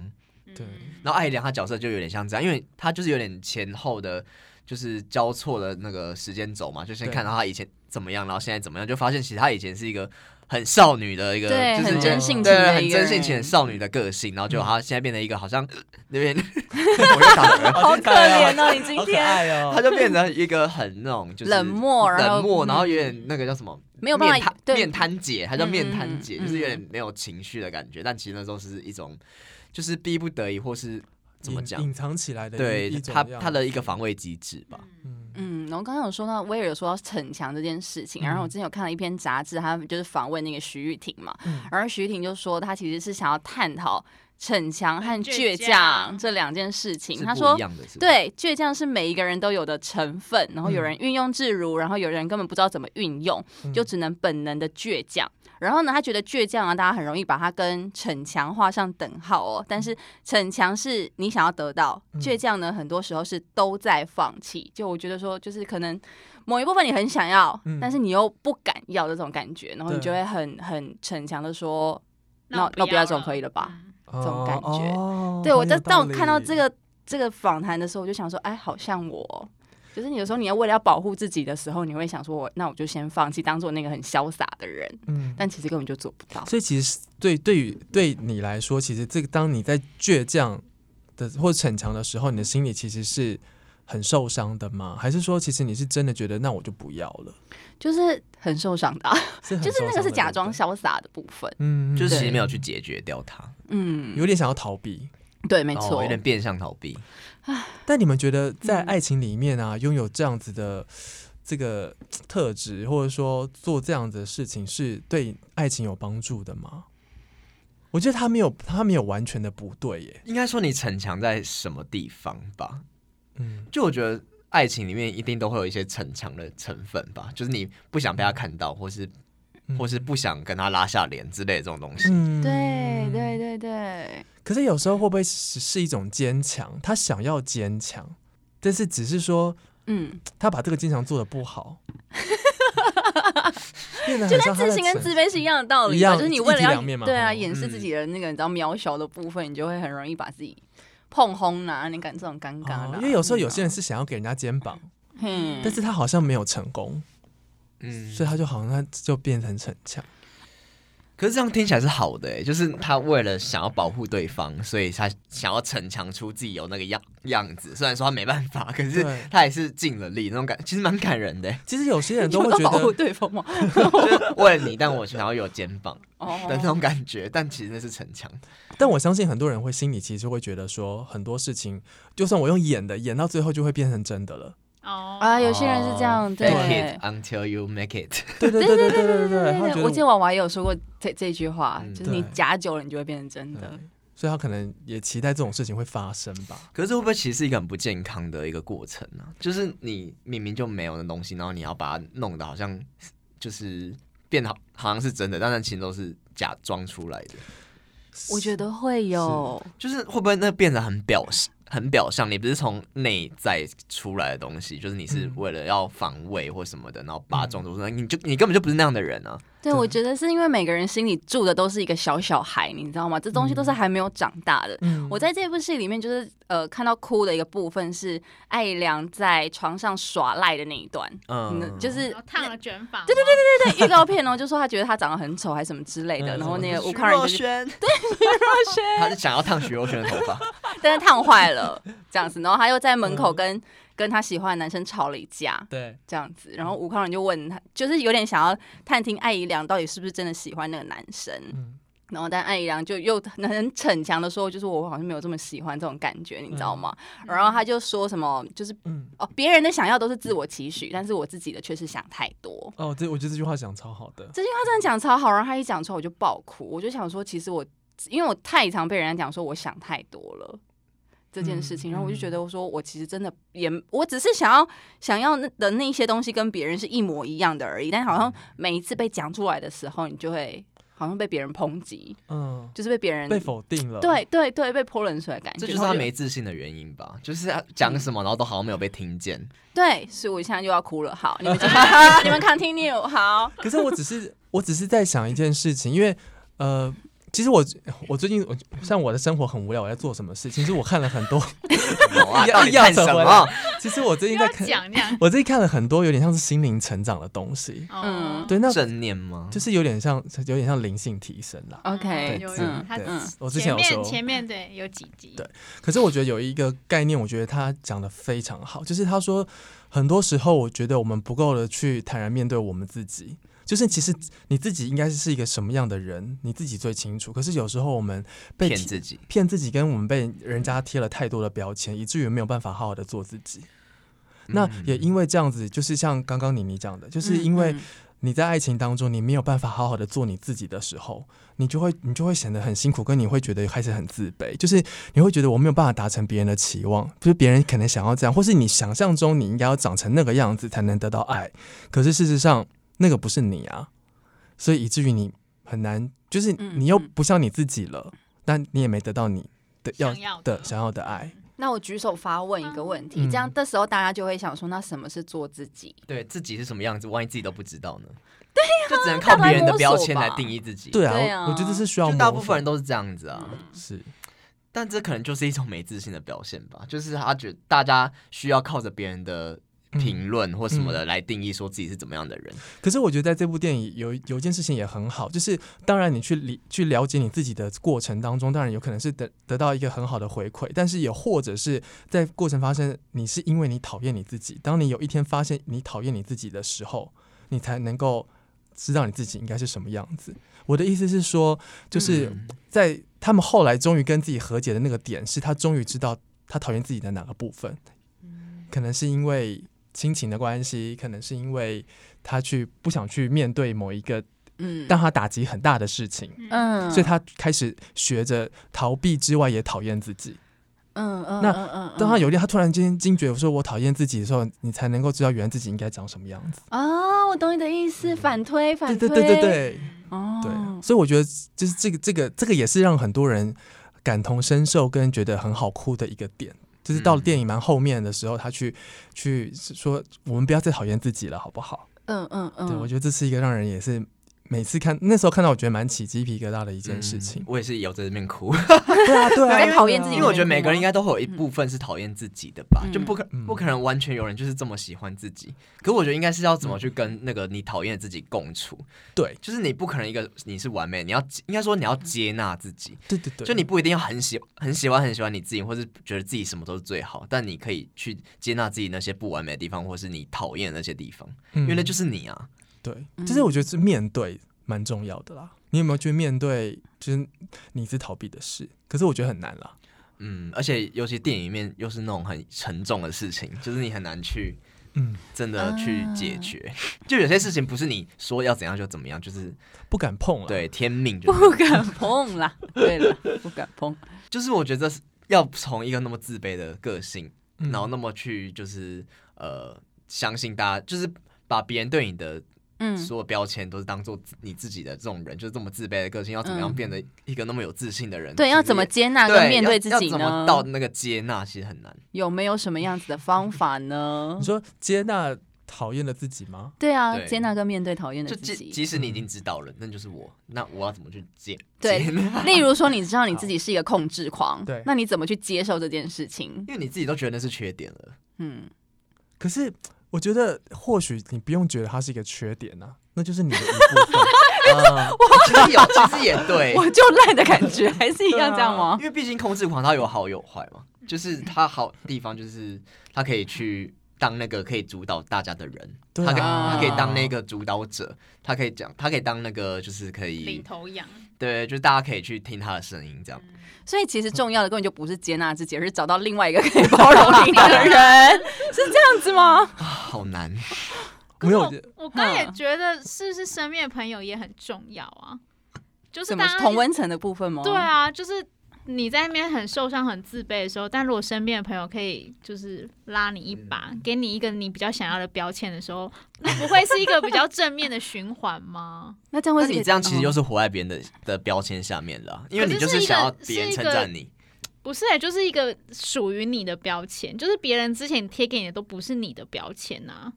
[SPEAKER 1] 对
[SPEAKER 3] 嗯
[SPEAKER 2] 然后艾良他角色就有点像这样，因为他就是有点前后的，就是交错的那个时间轴嘛，就先
[SPEAKER 1] 对
[SPEAKER 2] 看到他以前怎么样，然后现在怎么样，就发现其实他以前是一个很少女的一个，
[SPEAKER 4] 对
[SPEAKER 2] 就是
[SPEAKER 4] 很真性情
[SPEAKER 2] 对
[SPEAKER 4] 的
[SPEAKER 2] 很
[SPEAKER 4] 一个嗯
[SPEAKER 2] 真性
[SPEAKER 4] 人
[SPEAKER 2] 情的少女的个性，然后就他现在变成一个好像那边我又打嗝
[SPEAKER 4] 好可怜哦，你今
[SPEAKER 1] 好可
[SPEAKER 4] 天
[SPEAKER 1] 爱哦
[SPEAKER 2] 他就变成一个很那种就是
[SPEAKER 4] 冷漠然后
[SPEAKER 2] 冷漠，然后有点那个叫什么，
[SPEAKER 4] 没有办法
[SPEAKER 2] 面瘫
[SPEAKER 4] 对
[SPEAKER 2] 面瘫姐，他叫面瘫姐，
[SPEAKER 4] 嗯嗯嗯
[SPEAKER 2] 就是有点没有情绪的感觉，但其实那时候是一种就是逼不得已或是怎么
[SPEAKER 1] 隐
[SPEAKER 2] 讲，
[SPEAKER 1] 隐藏起来的一
[SPEAKER 2] 对
[SPEAKER 1] 一种
[SPEAKER 2] 他
[SPEAKER 1] 样
[SPEAKER 2] 他
[SPEAKER 1] 子
[SPEAKER 2] 的一个防卫机制吧，
[SPEAKER 1] 嗯
[SPEAKER 4] 嗯，然后刚刚有说到威尔有说到逞强这件事情，
[SPEAKER 1] 嗯
[SPEAKER 4] 然后我之前有看了一篇杂志，他们就是访问那个徐玉婷嘛，
[SPEAKER 1] 嗯
[SPEAKER 4] 然后徐玉婷就说她其实是想要探讨逞强和倔
[SPEAKER 3] 倔
[SPEAKER 4] 强
[SPEAKER 3] 强
[SPEAKER 4] 这两件事
[SPEAKER 2] 是
[SPEAKER 4] 情。她
[SPEAKER 2] 不
[SPEAKER 4] 嗯说
[SPEAKER 2] 一，样的，是吧，
[SPEAKER 4] 对，倔强是每一个人都有的成分，然后有
[SPEAKER 1] 嗯
[SPEAKER 4] 人运用自如，然后有人根本不知道怎么运用，就只能本能的倔强。然后呢，他觉得倔强啊，大家很容易把它跟逞强画上等号哦。但是逞强是你想要得到，
[SPEAKER 1] 嗯
[SPEAKER 4] 倔强呢，很多时候是都在放弃。就我觉得说，就是可能某一部分你很想要，
[SPEAKER 1] 嗯
[SPEAKER 4] 但是你又不敢要的这种感觉，然后你
[SPEAKER 1] 对
[SPEAKER 4] 就会很很逞强的说，那
[SPEAKER 3] 那
[SPEAKER 4] 那不要
[SPEAKER 3] 了
[SPEAKER 4] 这种可以了吧？
[SPEAKER 3] 嗯
[SPEAKER 1] 这
[SPEAKER 4] 种感觉
[SPEAKER 1] 哦、
[SPEAKER 4] 对我
[SPEAKER 1] 很
[SPEAKER 4] 在
[SPEAKER 1] 有
[SPEAKER 4] 当我
[SPEAKER 1] 道
[SPEAKER 4] 看到
[SPEAKER 1] 理
[SPEAKER 4] 这个这个访谈的时候，我就想说，哎，好像我哦，就是你有时候你要为了要保护自己的时候，你会想说我，那我就先放弃，当做那个很潇洒的人，
[SPEAKER 1] 嗯，
[SPEAKER 4] 但其实根本就做不到。
[SPEAKER 1] 所以其实对对于对你来说，其实这个当你在倔强的或逞强的时候，你的心里其实是很受伤的吗？还是说，其实你是真的觉得那我就不要了？
[SPEAKER 4] 就是很受伤 的啊、
[SPEAKER 1] 是很
[SPEAKER 4] 就是
[SPEAKER 1] 受
[SPEAKER 4] 那
[SPEAKER 1] 伤
[SPEAKER 4] 个
[SPEAKER 1] 的
[SPEAKER 4] 是假
[SPEAKER 1] 对不
[SPEAKER 4] 装
[SPEAKER 1] 对
[SPEAKER 4] 潇洒的部分。
[SPEAKER 1] 嗯，嗯
[SPEAKER 2] 就是其
[SPEAKER 1] 对
[SPEAKER 2] 实没有去解决掉它，
[SPEAKER 4] 嗯，
[SPEAKER 1] 有点想要逃避。
[SPEAKER 4] 对，没
[SPEAKER 2] 哦
[SPEAKER 4] 错
[SPEAKER 2] 有。点变相逃避。
[SPEAKER 1] 但你们觉
[SPEAKER 4] 嗯
[SPEAKER 1] 得在爱情里面啊，拥有这样子的这个特质，或者说做这样子的事情，是对爱情有帮助的吗？我觉得他没有，他没有完全的不对耶。
[SPEAKER 2] 应该说你逞强在什么地方吧？
[SPEAKER 1] 嗯，
[SPEAKER 2] 就我觉得爱情里面一定都会有一些逞强的成分吧，就是你不想被他看到，或是
[SPEAKER 1] 嗯
[SPEAKER 2] 或是不想跟他拉下脸之类的这种东西。
[SPEAKER 1] 嗯
[SPEAKER 4] 对对对对，
[SPEAKER 1] 可是有时候会不会是是一种坚强？他想要坚强，但是只是说
[SPEAKER 4] 嗯，
[SPEAKER 1] 他把这个坚强做的不好，变得
[SPEAKER 4] 就跟
[SPEAKER 1] 很像他
[SPEAKER 4] 自
[SPEAKER 1] 在
[SPEAKER 4] 信跟
[SPEAKER 1] 逞
[SPEAKER 4] 自卑是一样的道理
[SPEAKER 1] 一
[SPEAKER 4] 嘛，
[SPEAKER 1] 样
[SPEAKER 4] 就是你为了
[SPEAKER 1] 一体
[SPEAKER 4] 要
[SPEAKER 1] 两面嘛
[SPEAKER 4] 对啊，
[SPEAKER 1] 嗯
[SPEAKER 4] 掩饰自己的那个你知道渺小的部分，你就会很容易把自己碰轰啦、你感这种尴尬啦、
[SPEAKER 1] 哦因为有时候有些人
[SPEAKER 4] 是，
[SPEAKER 1] 是想要给人家肩膀，
[SPEAKER 4] 嗯
[SPEAKER 1] 但是他好像没有成功，
[SPEAKER 2] 嗯，
[SPEAKER 1] 所以他就好像他就变成逞强。
[SPEAKER 2] 可是这样听起来是好的、欸，就是他为了想要保护对方，所以他想要逞强出自己有那个样样子。虽然说他没办法，可是
[SPEAKER 1] 对
[SPEAKER 2] 他也是尽了力，那种感其实蛮感人的、欸。
[SPEAKER 1] 其实有些人
[SPEAKER 4] 你
[SPEAKER 1] 都会
[SPEAKER 4] 有
[SPEAKER 1] 觉
[SPEAKER 4] 保护
[SPEAKER 1] 得，
[SPEAKER 4] 对方 吗？
[SPEAKER 2] 就是为了你，但我想要有肩膀
[SPEAKER 4] 哦
[SPEAKER 2] 的那种感觉，但其实那是逞强。
[SPEAKER 1] 但我相信很多人会心里其实会觉得说，很多事情就算我用演的，演到最后就会变成真的了。
[SPEAKER 3] 哦，
[SPEAKER 4] 啊，有些人是这样，
[SPEAKER 2] 哦
[SPEAKER 4] 对。
[SPEAKER 2] ，fake it until you make it。
[SPEAKER 1] 对对对对对对对，他觉
[SPEAKER 4] 我记得
[SPEAKER 1] 得
[SPEAKER 4] 娃娃也有说过这这句话，
[SPEAKER 2] 嗯
[SPEAKER 4] 就是你
[SPEAKER 1] 对
[SPEAKER 4] 夹久了，你就会变成真
[SPEAKER 1] 我
[SPEAKER 4] 的
[SPEAKER 1] 对。所以他可能也期待这种事情会发生吧。
[SPEAKER 2] 可是会不会其实是一个很不健康的一个过程呢、就是你明明就没有的东西，然后你要把它弄得好像就是变得好好像是真的，但但其实都是假装出来的。
[SPEAKER 4] 我觉得会有，
[SPEAKER 2] 就是会不会那变得很表很表象？你不是从内在出来的东西，就是你是
[SPEAKER 1] 嗯
[SPEAKER 2] 为了要防卫或什么的，然后把它装出来，你就你根本就不是那样的人啊。
[SPEAKER 4] 对我觉得是因为每个人心里住的都是一个小小孩，你知道吗？这东西都是还没有长大的。
[SPEAKER 1] 嗯
[SPEAKER 4] 我在这部戏里面，就是呃，看到哭的一个部分是艾良在床上耍赖的那一段，嗯，
[SPEAKER 2] 嗯，
[SPEAKER 4] 就是
[SPEAKER 3] 然后烫了卷发，
[SPEAKER 4] 对对对对对，预告片哦，就说他觉得他长得很丑还是什么之类的，
[SPEAKER 1] 嗯
[SPEAKER 4] 然后那个
[SPEAKER 2] 徐
[SPEAKER 4] 吴康仁
[SPEAKER 2] 若
[SPEAKER 4] 就是
[SPEAKER 2] 瑄，对，徐若瑄，他是想要烫徐若瑄的头发。
[SPEAKER 4] 但是烫坏了这样子，然后他又在门口跟跟他喜欢的男生吵了一架，
[SPEAKER 1] 对，
[SPEAKER 4] 这样子，然后吴康仁就问他，就是有点想要探听艾怡良到底是不是真的喜欢那个男生。
[SPEAKER 1] 嗯
[SPEAKER 4] 然后，但艾怡良就又很很逞强的说，就是我好像没有这么喜欢这种感觉，你知道吗？然后他就说什么，就是
[SPEAKER 1] 嗯，
[SPEAKER 4] 哦，别人的想要都是自我期许，但是我自己的却是想太多。
[SPEAKER 1] 哦，这我觉得这句话讲超好的，
[SPEAKER 4] 这句话真的讲超好，然后他一讲出来我就爆哭，我就想说，其实我因为我太常被人家讲说我想太多了这件事情，
[SPEAKER 1] 嗯
[SPEAKER 4] 然后我就觉得我说我其实真的也我只是想要想要那的那一些东西跟别人是一模一样的而已，但好像每一次被讲出来的时候，你就会好像被别人抨击，
[SPEAKER 1] 嗯，
[SPEAKER 4] 就是被别人
[SPEAKER 1] 被否定了，
[SPEAKER 4] 对对对被泼冷水的感觉，
[SPEAKER 2] 这 就是
[SPEAKER 4] 然后
[SPEAKER 2] 他没自信的原因吧？就是他讲什么，然后都好像没有被听见。
[SPEAKER 4] 对，所以我现在又要哭了。好，你们继 续你们 continue 好，
[SPEAKER 1] 可是我只是我只是在想一件事情，因为呃，其实我我最近我像我的生活很无聊，我在做什么事？其实我看了很多，
[SPEAKER 2] 有 啊，
[SPEAKER 1] 要
[SPEAKER 2] 到底
[SPEAKER 1] 要
[SPEAKER 2] 看
[SPEAKER 1] 怎
[SPEAKER 2] 什
[SPEAKER 1] 么
[SPEAKER 2] 么？哦
[SPEAKER 1] 其实我最
[SPEAKER 3] 嗯不
[SPEAKER 1] 近在
[SPEAKER 3] 要
[SPEAKER 1] 看，
[SPEAKER 3] 讲那 样。
[SPEAKER 1] 我最近看了很多有点像是心灵成长的东西，
[SPEAKER 4] 嗯
[SPEAKER 3] 哦，
[SPEAKER 1] 对，那
[SPEAKER 2] 正念吗？
[SPEAKER 1] 就是有点像有点像灵性提升啦。
[SPEAKER 4] OK，
[SPEAKER 3] 有有
[SPEAKER 4] 嗯，
[SPEAKER 3] 他
[SPEAKER 1] 对
[SPEAKER 4] 嗯
[SPEAKER 1] 我之前有
[SPEAKER 3] 前面
[SPEAKER 1] 说，
[SPEAKER 3] 前面对有几集，
[SPEAKER 1] 对可是我觉得有一个概念，我觉得他讲的非常好，就是他说，很多时候我觉得我们不够的去坦然面对我们自己，就是其实你自己应该是一个什么样的人，你自己最清楚。可是有时候我们被
[SPEAKER 2] 骗
[SPEAKER 1] 贴
[SPEAKER 2] 自己。
[SPEAKER 1] 骗自己，跟我们被人家贴了太多的标签，以至于没有办法好好的做自己。那
[SPEAKER 2] 嗯
[SPEAKER 1] 也因为这样子，就是像刚刚妮妮讲的，就是因为
[SPEAKER 4] 嗯
[SPEAKER 1] 你在爱情当中，你没有办法好好的做你自己的时候，你就会你就会显得很辛苦，跟你会觉得开始很自卑，就是你会觉得我没有办法达成别人的期望，就是别人可能想要这样，或是你想象中你应该要长成那个样子才能得到爱，可是事实上那个不是你啊，所以以至于你很难，就是
[SPEAKER 4] 嗯
[SPEAKER 1] 你又
[SPEAKER 4] 嗯
[SPEAKER 1] 不像你自己了，但你也没得到你的要
[SPEAKER 3] 想要
[SPEAKER 1] 的想要的爱，
[SPEAKER 4] 那我举手发问一个问题，
[SPEAKER 1] 嗯
[SPEAKER 4] 这样的时候大家就会想说，那什么是做自己？
[SPEAKER 2] 对自己是什么样子，万一自己都不知道呢？对就只能靠别人的标签来定义自己。
[SPEAKER 1] 对啊，
[SPEAKER 4] 对啊
[SPEAKER 1] 我我觉得这是需要
[SPEAKER 2] 就大部
[SPEAKER 1] 模
[SPEAKER 2] 分
[SPEAKER 1] 仿
[SPEAKER 2] 人都是这样子啊。
[SPEAKER 1] 是
[SPEAKER 2] 但这可能就是一种没自信的表现吧，就是他觉大家需要靠着别人的
[SPEAKER 1] 嗯
[SPEAKER 2] 评论或什么的来定义说自己是怎么样的人。
[SPEAKER 1] 可是我觉得在这部电影有有一件事情也很好，就是当然你去理去了解你自己的过程当中，当然有可能是得得到一个很好的回馈，但是也或者是在过程发生，你是因为你讨厌你自己。当你有一天发现你讨厌你自己的时候，你才能够知道你自己应该是什么样子。我的意思是说，就是
[SPEAKER 2] 嗯
[SPEAKER 1] 在他们后来终于跟自己和解的那个点，是他终于知道他讨厌自己的哪个部分，
[SPEAKER 4] 嗯
[SPEAKER 1] 可能是因为亲情的关系，可能是因为他去不想去面对某一个
[SPEAKER 4] 嗯
[SPEAKER 1] 让他打击很大的事情，
[SPEAKER 3] 嗯，
[SPEAKER 4] 嗯
[SPEAKER 1] 所以他开始学着逃避之外，也讨厌自己。
[SPEAKER 4] 嗯嗯
[SPEAKER 1] 那
[SPEAKER 4] 嗯嗯
[SPEAKER 1] 当他有一天他突然间惊觉说我讨厌自己的时候，你才能够知道原来自己应该长什么样子。
[SPEAKER 4] 哦，我懂你的意思，反推反
[SPEAKER 1] 嗯对
[SPEAKER 4] 推，
[SPEAKER 1] 对对对对
[SPEAKER 4] 哦，
[SPEAKER 1] 对，所以我觉得就是这个这个这个也是让很多人感同身受跟觉得很好哭的一个点。就是到了电影蛮后面的时候，他去去说我们不要再讨厌自己了，好不好？
[SPEAKER 4] 嗯嗯嗯，
[SPEAKER 1] 对，我觉得这是一个让人也是每次看那时候看到，我觉得蛮起鸡皮疙瘩的一件事情
[SPEAKER 2] 嗯。我也是有在这边哭，
[SPEAKER 1] 对啊，对
[SPEAKER 4] 有
[SPEAKER 1] 啊，
[SPEAKER 4] 人嗯讨厌自己
[SPEAKER 2] 因
[SPEAKER 4] 的
[SPEAKER 2] 为我
[SPEAKER 4] 原
[SPEAKER 2] 觉得每个人应
[SPEAKER 4] 因吗
[SPEAKER 2] 该都会有一部分是讨厌自己的吧，
[SPEAKER 4] 嗯
[SPEAKER 2] 就不可
[SPEAKER 1] 嗯
[SPEAKER 2] 不可能完全有人就是这么喜欢自己。可我觉得应该是要怎
[SPEAKER 1] 嗯
[SPEAKER 2] 么去跟那个你讨厌的自己共处，
[SPEAKER 1] 对啊
[SPEAKER 2] 就是你不可能一个你是完美，你要应该说你要接纳自己，
[SPEAKER 1] 对对对，
[SPEAKER 2] 就你不一定要很喜很喜欢很喜欢你自己，或是觉得自己什么都是最好，但你可以去接纳自己那些不完美的地方，或是你讨厌的那些地方，
[SPEAKER 1] 因
[SPEAKER 2] 因为那就是你啊。
[SPEAKER 1] 嗯对，
[SPEAKER 4] 嗯
[SPEAKER 1] 就是我觉得是面对蛮重要的啦。你有没有去面对，就是你是逃避的事？可是我觉得很难啦。
[SPEAKER 2] 嗯，而且尤其电影里面又是那种很沉重的事情，就是你很难去
[SPEAKER 1] 嗯，
[SPEAKER 2] 真的去解决。就有些事情不是你说要怎样就怎么样，就是
[SPEAKER 1] 不敢碰了。
[SPEAKER 2] 对天命、就是，
[SPEAKER 4] 不敢碰啦，对了，不敢 碰，
[SPEAKER 2] 就是我觉得是要从一个那么自卑的个性，
[SPEAKER 1] 嗯，
[SPEAKER 2] 然后那么去就是呃相信大家，就是把别人对你的
[SPEAKER 4] 嗯
[SPEAKER 2] 所有标签都是当做你自己的这种人，就是这么自卑的个性，要怎么样
[SPEAKER 4] 嗯
[SPEAKER 2] 变得一个那么有自信的人？
[SPEAKER 4] 对，
[SPEAKER 2] 其实
[SPEAKER 4] 要怎么接纳
[SPEAKER 2] 也
[SPEAKER 4] 跟
[SPEAKER 2] 对
[SPEAKER 4] 面
[SPEAKER 2] 要
[SPEAKER 4] 对自己
[SPEAKER 2] 要怎么
[SPEAKER 4] 呢？
[SPEAKER 2] 到那个接纳，其实很难。
[SPEAKER 4] 有没有什么样子的方法呢
[SPEAKER 1] 你？说接纳讨厌的自己吗？
[SPEAKER 4] 对啊，
[SPEAKER 2] 对
[SPEAKER 4] 接纳跟面对讨厌的
[SPEAKER 2] 就
[SPEAKER 4] 自
[SPEAKER 2] 即
[SPEAKER 4] 己。
[SPEAKER 2] 即使你已经知道了，那就是我，那我要怎么去接？
[SPEAKER 4] 对
[SPEAKER 2] 接纳，
[SPEAKER 4] 例如说，你知道你自己是一个控制狂，
[SPEAKER 1] 对
[SPEAKER 4] 那你怎么去接受这件事情？
[SPEAKER 2] 因为你自己都觉得那是缺点了。
[SPEAKER 4] 嗯，
[SPEAKER 1] 可是我觉得或许你不用觉得它是一个缺点呐、那就是你的一部 分。
[SPEAKER 2] 啊其实有，其实也对，
[SPEAKER 4] 我就烂的感觉还是一样这样吗
[SPEAKER 2] 因？为毕竟控制狂它有好有坏嘛，就是它好地方就是它可以去。当那个可以主导大家的人，
[SPEAKER 1] 对
[SPEAKER 2] 他可以
[SPEAKER 1] 啊
[SPEAKER 2] 他可以当那个主导者，他可以讲，他可以当那个就是可
[SPEAKER 3] 领
[SPEAKER 2] 以
[SPEAKER 3] 头羊，
[SPEAKER 2] 对，就是大家可以去听他的声音这样。
[SPEAKER 4] 所以其实重要的根本就不是接纳自己，而是找到另外一个可以包容你的人，是这样子吗？
[SPEAKER 2] 好
[SPEAKER 3] 嗯
[SPEAKER 2] 难，
[SPEAKER 1] 没有
[SPEAKER 3] 可是我我刚也
[SPEAKER 4] 嗯
[SPEAKER 3] 觉得，是不是身边的朋友也很重要啊？就是
[SPEAKER 4] 什么
[SPEAKER 3] 大家
[SPEAKER 4] 同温层的部分吗？
[SPEAKER 3] 对，啊，就是你在那边很受伤、很自卑的时候，但如果身边的朋友可以就是拉你一把，
[SPEAKER 1] 嗯
[SPEAKER 3] 给你一个你比较想要的标签的时候，那不会是一个比较正面的循环吗？
[SPEAKER 4] 那这样会
[SPEAKER 2] 但
[SPEAKER 4] 是
[SPEAKER 2] 是
[SPEAKER 4] 一
[SPEAKER 2] 你
[SPEAKER 4] 个
[SPEAKER 2] 这样其实就
[SPEAKER 4] 嗯
[SPEAKER 2] 是活在别人的的标签下面了，因为
[SPEAKER 3] 可是
[SPEAKER 2] 你就是
[SPEAKER 3] 一个
[SPEAKER 2] 想要别人
[SPEAKER 3] 是一
[SPEAKER 2] 称
[SPEAKER 3] 个
[SPEAKER 2] 赞你，
[SPEAKER 3] 不是、欸，就是一个属于你的标签，就是别人之前贴给你的都不是你的标签啊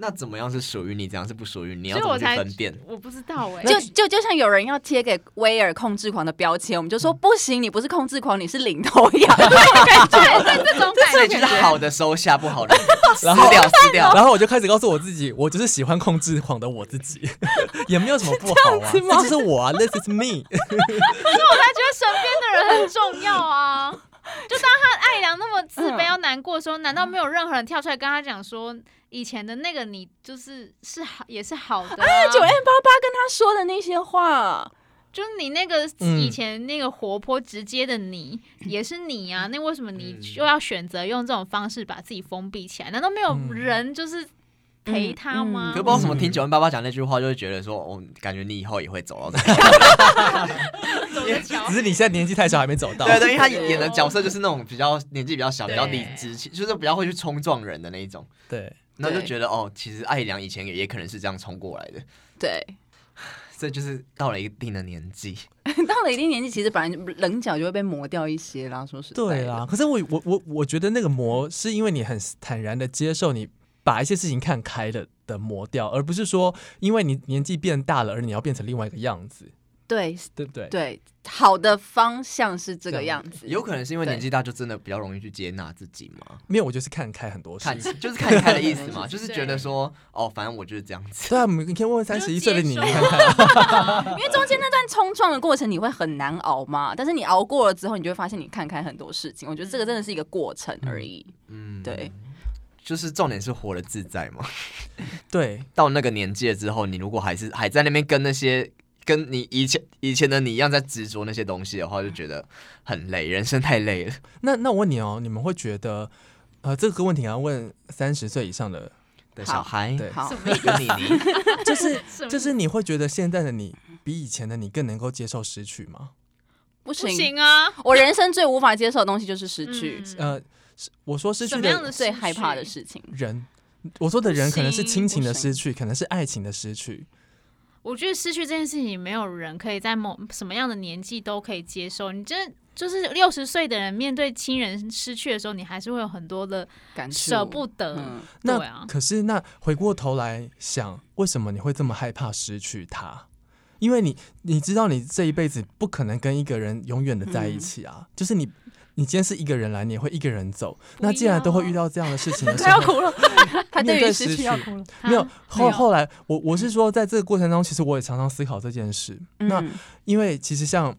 [SPEAKER 3] 呐、
[SPEAKER 2] 那怎么样是属于你，怎样是不属于你，你要
[SPEAKER 3] 所以
[SPEAKER 2] 怎
[SPEAKER 3] 我
[SPEAKER 2] 么去
[SPEAKER 3] 才
[SPEAKER 2] 分 辨？
[SPEAKER 3] 我不知道 哎、
[SPEAKER 4] 就就就像有人要贴给威尔控制狂的标签，我们就说不行，你不是控制狂，你是领头 羊。
[SPEAKER 3] 对对这种
[SPEAKER 2] 所以
[SPEAKER 3] 感
[SPEAKER 2] 就
[SPEAKER 3] 觉
[SPEAKER 2] 是好的收下，不 好的撕
[SPEAKER 1] 然后
[SPEAKER 2] 掉撕掉。
[SPEAKER 1] 然后我就开始告诉我自己，我就是喜欢控制狂的我自己， 也没有什么不好啊，这就是我啊，This is me。
[SPEAKER 3] 我才觉得身边的人很重要啊。就当他爱良那么自卑要难过的时候，难道没有任何人跳出来跟他讲说，以前的那个你就是是好也是好的、啊？
[SPEAKER 4] 九 N 八八跟他说的那些话，
[SPEAKER 3] 就是你那个
[SPEAKER 1] 嗯
[SPEAKER 3] 以前那个活泼直接的你，也是你啊。那为什么你
[SPEAKER 2] 嗯
[SPEAKER 3] 就要选择用这种方式把自己封闭起来？难道没有
[SPEAKER 1] 嗯
[SPEAKER 3] 人就是陪他吗？
[SPEAKER 4] 嗯嗯
[SPEAKER 2] 可是不知道为什么听九万八八讲那句话，就会觉得说，我、感觉你以后也会走到 这个。
[SPEAKER 3] 走着瞧
[SPEAKER 1] 只是你现在年纪太小，还没走到。
[SPEAKER 2] 对对，因为他演的角色就是那种比较年纪比较小、比较
[SPEAKER 3] 对
[SPEAKER 2] 理直气，就是比较会去冲撞人的那一种。
[SPEAKER 1] 对
[SPEAKER 2] 然后就
[SPEAKER 4] 对
[SPEAKER 2] 觉得哦，其实艾良以前也也可能是这样冲过来的，
[SPEAKER 4] 对，
[SPEAKER 2] 这就是到了一定的年纪，
[SPEAKER 4] 到了一定年纪，其实本来棱角就会被磨掉一些啦。说实在的
[SPEAKER 1] 对啊啦，，可是我我我我觉得那个磨是因为你很坦然的接受你把一些事情看开了的磨掉，而不是说因为你年纪变大了而你要变成另外一个样子，
[SPEAKER 4] 对
[SPEAKER 1] 对不对？
[SPEAKER 4] 对，好的方向是这个样子。
[SPEAKER 2] 有可能是因为
[SPEAKER 4] 对
[SPEAKER 2] 年纪大就真的比较容易去接纳自己嘛，
[SPEAKER 1] 没有，我就是看开很多事
[SPEAKER 2] 看
[SPEAKER 1] 情。
[SPEAKER 2] 就是看开的意思嘛，就是
[SPEAKER 3] 对
[SPEAKER 2] 觉得说哦，反正我就是这样子。
[SPEAKER 1] 对啊，你可以问问三十一岁的你，你
[SPEAKER 3] 就接
[SPEAKER 1] 看看。
[SPEAKER 4] 因为中间那段冲撞的过程，你会很难熬嘛。但是你熬过了之后，你就会发现你看开很多事情。我觉得这个真的是一个过程而已。
[SPEAKER 2] 嗯，
[SPEAKER 4] 对，
[SPEAKER 2] 就是重点是活得自在嘛。
[SPEAKER 1] 对，
[SPEAKER 2] 到那个年纪了之后，你如果还是还在那边跟那些跟你以前以前的你一样在执着那些东西的话，就觉得很累，人生太累了。
[SPEAKER 1] 那那我问你哦，你们会觉得，呃，这个问题要问三十岁以上 的，
[SPEAKER 2] 的
[SPEAKER 4] 好
[SPEAKER 2] 小孩，
[SPEAKER 1] 对
[SPEAKER 4] 好，
[SPEAKER 2] 跟你你
[SPEAKER 1] 就是
[SPEAKER 3] 什 么
[SPEAKER 1] 就是你会觉得现在的你比以前的你更能够接受失去吗？
[SPEAKER 4] 不
[SPEAKER 3] 不
[SPEAKER 4] 行，
[SPEAKER 3] 行啊，
[SPEAKER 4] 我人生最无法接受的东西就是失去，
[SPEAKER 3] 嗯
[SPEAKER 1] 呃，是我说失
[SPEAKER 3] 什
[SPEAKER 1] 去
[SPEAKER 3] 么样的
[SPEAKER 1] 的
[SPEAKER 4] 最害怕的
[SPEAKER 3] 情绪？
[SPEAKER 4] 事情。
[SPEAKER 1] 人，我说的人可能是
[SPEAKER 4] 不行
[SPEAKER 1] 亲情的
[SPEAKER 4] 不行
[SPEAKER 1] 失去，可能是爱情的失去。
[SPEAKER 3] 我觉得失去这件事情，没有人可以在某什么样的年纪都可以接受。你真的就是六十岁的人，面对亲人失去的时候，你还是会有很多的
[SPEAKER 4] 感触
[SPEAKER 3] 舍不得。
[SPEAKER 4] 嗯，
[SPEAKER 1] 那、
[SPEAKER 3] 对啊
[SPEAKER 1] 可是那回过头来想，为什么你会这么害怕失去他？因为你你知道你这一辈子不可能跟一个人永远的在一起啊，
[SPEAKER 4] 嗯
[SPEAKER 1] 就是你你今天是一个人来，你也会一个人走。那既然都会遇到这样的事情的时
[SPEAKER 4] 啊 他要
[SPEAKER 1] 候，
[SPEAKER 4] 哭了，他对
[SPEAKER 1] 面对
[SPEAKER 4] 于失
[SPEAKER 1] 失
[SPEAKER 4] 去
[SPEAKER 1] 去
[SPEAKER 4] 要哭了。
[SPEAKER 1] 没有
[SPEAKER 3] 啊
[SPEAKER 1] 后
[SPEAKER 4] 有
[SPEAKER 1] 后来我我是说，在这个过程当中，其实我也常常思考这件事。那
[SPEAKER 4] 嗯
[SPEAKER 1] 因为其实像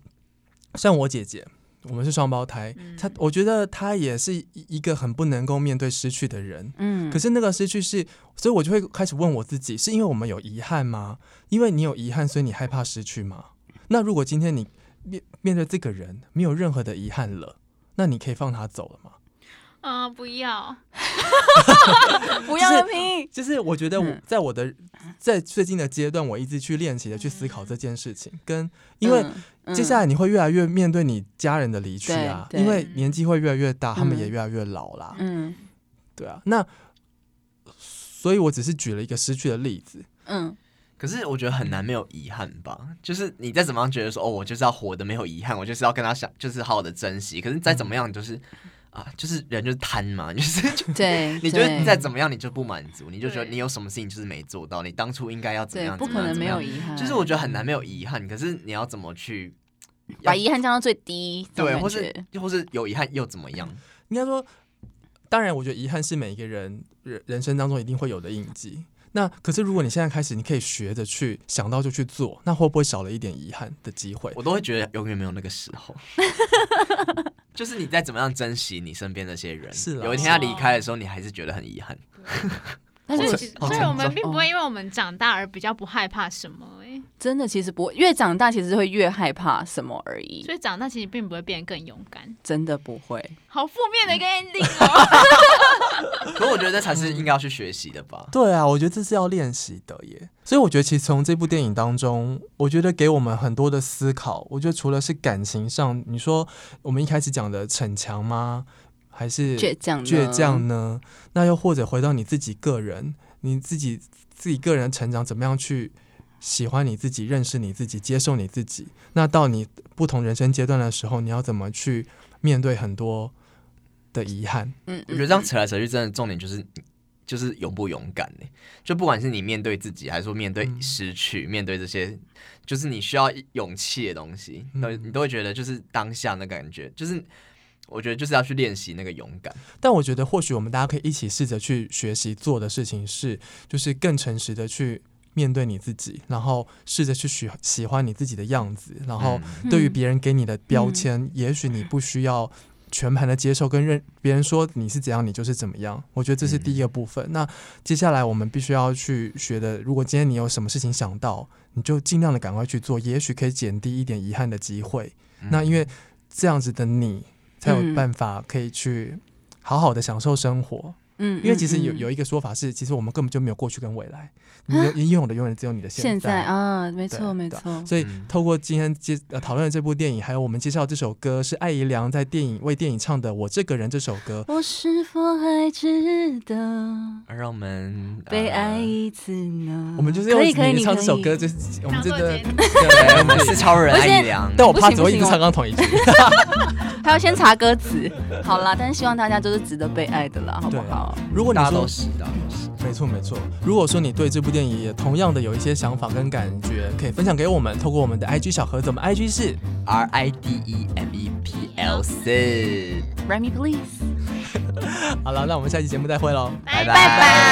[SPEAKER 1] 像我姐姐，我们是双胞胎，
[SPEAKER 4] 嗯
[SPEAKER 1] 她我觉得她也是一一个很不能够面对失去的人。
[SPEAKER 4] 嗯
[SPEAKER 1] 可是那个失去是，所以我就会开始问我自己：是因为我们有遗憾吗？因为你有遗憾，所以你害怕失去吗？那如果今天你面面对这个人没有任何的遗憾了，那你可以放他走了吗？
[SPEAKER 3] 嗯，不要，
[SPEAKER 4] 不要拼，
[SPEAKER 1] 就是我觉得我
[SPEAKER 4] 嗯
[SPEAKER 1] 在我的在最近的阶段，我一直去练习的去思考这件事情，跟因为
[SPEAKER 4] 嗯
[SPEAKER 1] 接下来你会越来越面对你家人的离去啊，
[SPEAKER 4] 对对
[SPEAKER 1] 因为年纪会越来越大，他们
[SPEAKER 4] 嗯
[SPEAKER 1] 也越来越老啦。
[SPEAKER 4] 嗯
[SPEAKER 1] 对啊，那所以我只是举了一个失去的例子。
[SPEAKER 4] 嗯
[SPEAKER 2] 可是我觉得很难没有遗憾吧，就是你再怎么样觉得说哦，我就是要活得没有遗憾，我就是要跟他想，就是好好的珍惜。可是再怎么样，你就是、啊，就是人就是贪嘛， 就是就
[SPEAKER 4] 对，
[SPEAKER 2] 你觉得
[SPEAKER 4] 对
[SPEAKER 2] 你再怎么样，你就不满足，你就觉得
[SPEAKER 3] 对
[SPEAKER 2] 你有什么事情就是没做到，你当初应该要怎么
[SPEAKER 4] 对，
[SPEAKER 2] 样，
[SPEAKER 4] 不
[SPEAKER 2] 怎么
[SPEAKER 4] 可
[SPEAKER 2] 样
[SPEAKER 4] 能
[SPEAKER 2] 怎么
[SPEAKER 4] 没有
[SPEAKER 2] 样。
[SPEAKER 4] 遗憾，
[SPEAKER 2] 就是我觉得很难没有遗憾，可是你要怎么去要
[SPEAKER 4] 把遗憾降到最低，这种
[SPEAKER 2] 对，
[SPEAKER 4] 感
[SPEAKER 2] 或是
[SPEAKER 4] 觉
[SPEAKER 2] 或是有遗憾又怎么样？
[SPEAKER 1] 应该说，当然，我觉得遗憾是每一个人人人生当中一定会有的印记。那可是，如果你现在开始，你可以学着去想到就去做，那会不会少了一点遗憾的机会？
[SPEAKER 2] 我都会觉得永远没有那个时候。就是你再怎么样珍惜你身边那些人，
[SPEAKER 1] 是啦
[SPEAKER 2] 有一天他离开的时候，你还是觉得很遗憾。
[SPEAKER 4] 但
[SPEAKER 3] 所以
[SPEAKER 4] 是
[SPEAKER 3] 其实，
[SPEAKER 1] 好
[SPEAKER 3] 所以
[SPEAKER 1] 沉
[SPEAKER 3] 我们
[SPEAKER 1] 重
[SPEAKER 3] 并不
[SPEAKER 1] 哦
[SPEAKER 3] 会因为我们长大而比较不害怕什么、欸，
[SPEAKER 4] 真的其实不会，越长大其实会越害怕什么而已，
[SPEAKER 3] 所以长大其实并不会变得更勇敢。
[SPEAKER 4] 真的不会。
[SPEAKER 3] 好负面的一个
[SPEAKER 1] 嗯
[SPEAKER 3] ending 哦。
[SPEAKER 2] 可我觉得这才是应该要去学习的吧。
[SPEAKER 1] 对啊，我觉得这是要练习的耶。所以我觉得，其实从这部电影当中，我觉得给我们很多的思考。我觉得除了是感情上，你说我们一开始讲的逞强吗？还是
[SPEAKER 4] 倔强，
[SPEAKER 1] 倔强，呢？那又或者回到你自己个人，你自己自己个人成长，怎么样去喜欢你自己、认识你自己、接受你自己？那到你不同人生阶段的时候，你要怎么去面对很多的遗憾？
[SPEAKER 4] 嗯，
[SPEAKER 2] 我觉得这样扯来扯去，真的重点就是就是勇不勇敢呢、就不管是你面对自己，还是说面对
[SPEAKER 1] 嗯
[SPEAKER 2] 失去，面对这些，就是你需要勇气的东西，
[SPEAKER 1] 嗯
[SPEAKER 2] 都你都会觉得就是当下那感觉，就是我觉得就是要去练习那个勇敢。
[SPEAKER 1] 但我觉得，或许我们大家可以一起试着去学习做的事情是，就是更诚实的去面对你自己，然后试着去喜喜欢你自己的样子，然后
[SPEAKER 2] 嗯
[SPEAKER 1] 对于别人给你的标签，
[SPEAKER 4] 嗯
[SPEAKER 1] 也许你不需要全盘的接受跟认别人说你是怎样，你就是怎么样。我觉得
[SPEAKER 4] 嗯
[SPEAKER 1] 这是第一个部分。那接下来我们必须要去学的，如果今天你有什么事情想到，你就尽量的赶快去做，也许可以减低一点遗憾的机会。那因为这样子的你才有
[SPEAKER 4] 嗯
[SPEAKER 1] 办法可以去好好的享受生活。
[SPEAKER 4] 嗯，嗯，
[SPEAKER 1] 因为其实有
[SPEAKER 4] 嗯
[SPEAKER 1] 有一个说法是，其实我们根本就没有过去跟未来，你 你拥有的永远只有你的
[SPEAKER 4] 现在啊，没
[SPEAKER 1] 对
[SPEAKER 4] 错没
[SPEAKER 1] 对
[SPEAKER 4] 错，
[SPEAKER 1] 所以
[SPEAKER 2] 嗯
[SPEAKER 1] 透过今天介呃讨论的这部电影，还有我们介绍这首歌是艾怡良在电影为电影唱的《我这个人》这首歌。
[SPEAKER 4] 我是否还值得
[SPEAKER 2] 嗯让我们
[SPEAKER 4] 被爱
[SPEAKER 2] 呃
[SPEAKER 4] 一次呢？
[SPEAKER 1] 啊我们就是
[SPEAKER 4] 嗯可
[SPEAKER 1] 用
[SPEAKER 4] 以可以，
[SPEAKER 1] 你
[SPEAKER 4] 你
[SPEAKER 1] 唱
[SPEAKER 4] 可
[SPEAKER 1] 这首
[SPEAKER 4] 以
[SPEAKER 1] 歌，就是我们
[SPEAKER 3] 当
[SPEAKER 1] 真
[SPEAKER 3] 做
[SPEAKER 1] 的
[SPEAKER 3] 结。论
[SPEAKER 2] 对，我
[SPEAKER 1] 对
[SPEAKER 2] 们 是超人
[SPEAKER 4] 而且
[SPEAKER 2] 爱良，
[SPEAKER 1] 但我怕
[SPEAKER 4] 不行
[SPEAKER 1] 只会一直
[SPEAKER 4] 不行
[SPEAKER 1] 唱刚刚同一句。
[SPEAKER 4] 还要先查歌词。好啦，但是希望大家都是值得被爱的啦，好不
[SPEAKER 1] 对啊
[SPEAKER 4] 好？
[SPEAKER 1] 如果你
[SPEAKER 2] 大家
[SPEAKER 1] 说
[SPEAKER 2] 都是，大家都是。
[SPEAKER 1] 没错没错，如果说你对这部电影也同样的有一些想法跟感觉，可以分享给我们，透过我们的 IG 小盒子，我们 IG 是
[SPEAKER 2] R I D E M E P L C，
[SPEAKER 4] Remy please。
[SPEAKER 1] 好了，那我们下期节目再会喽。
[SPEAKER 2] 拜
[SPEAKER 3] 拜拜。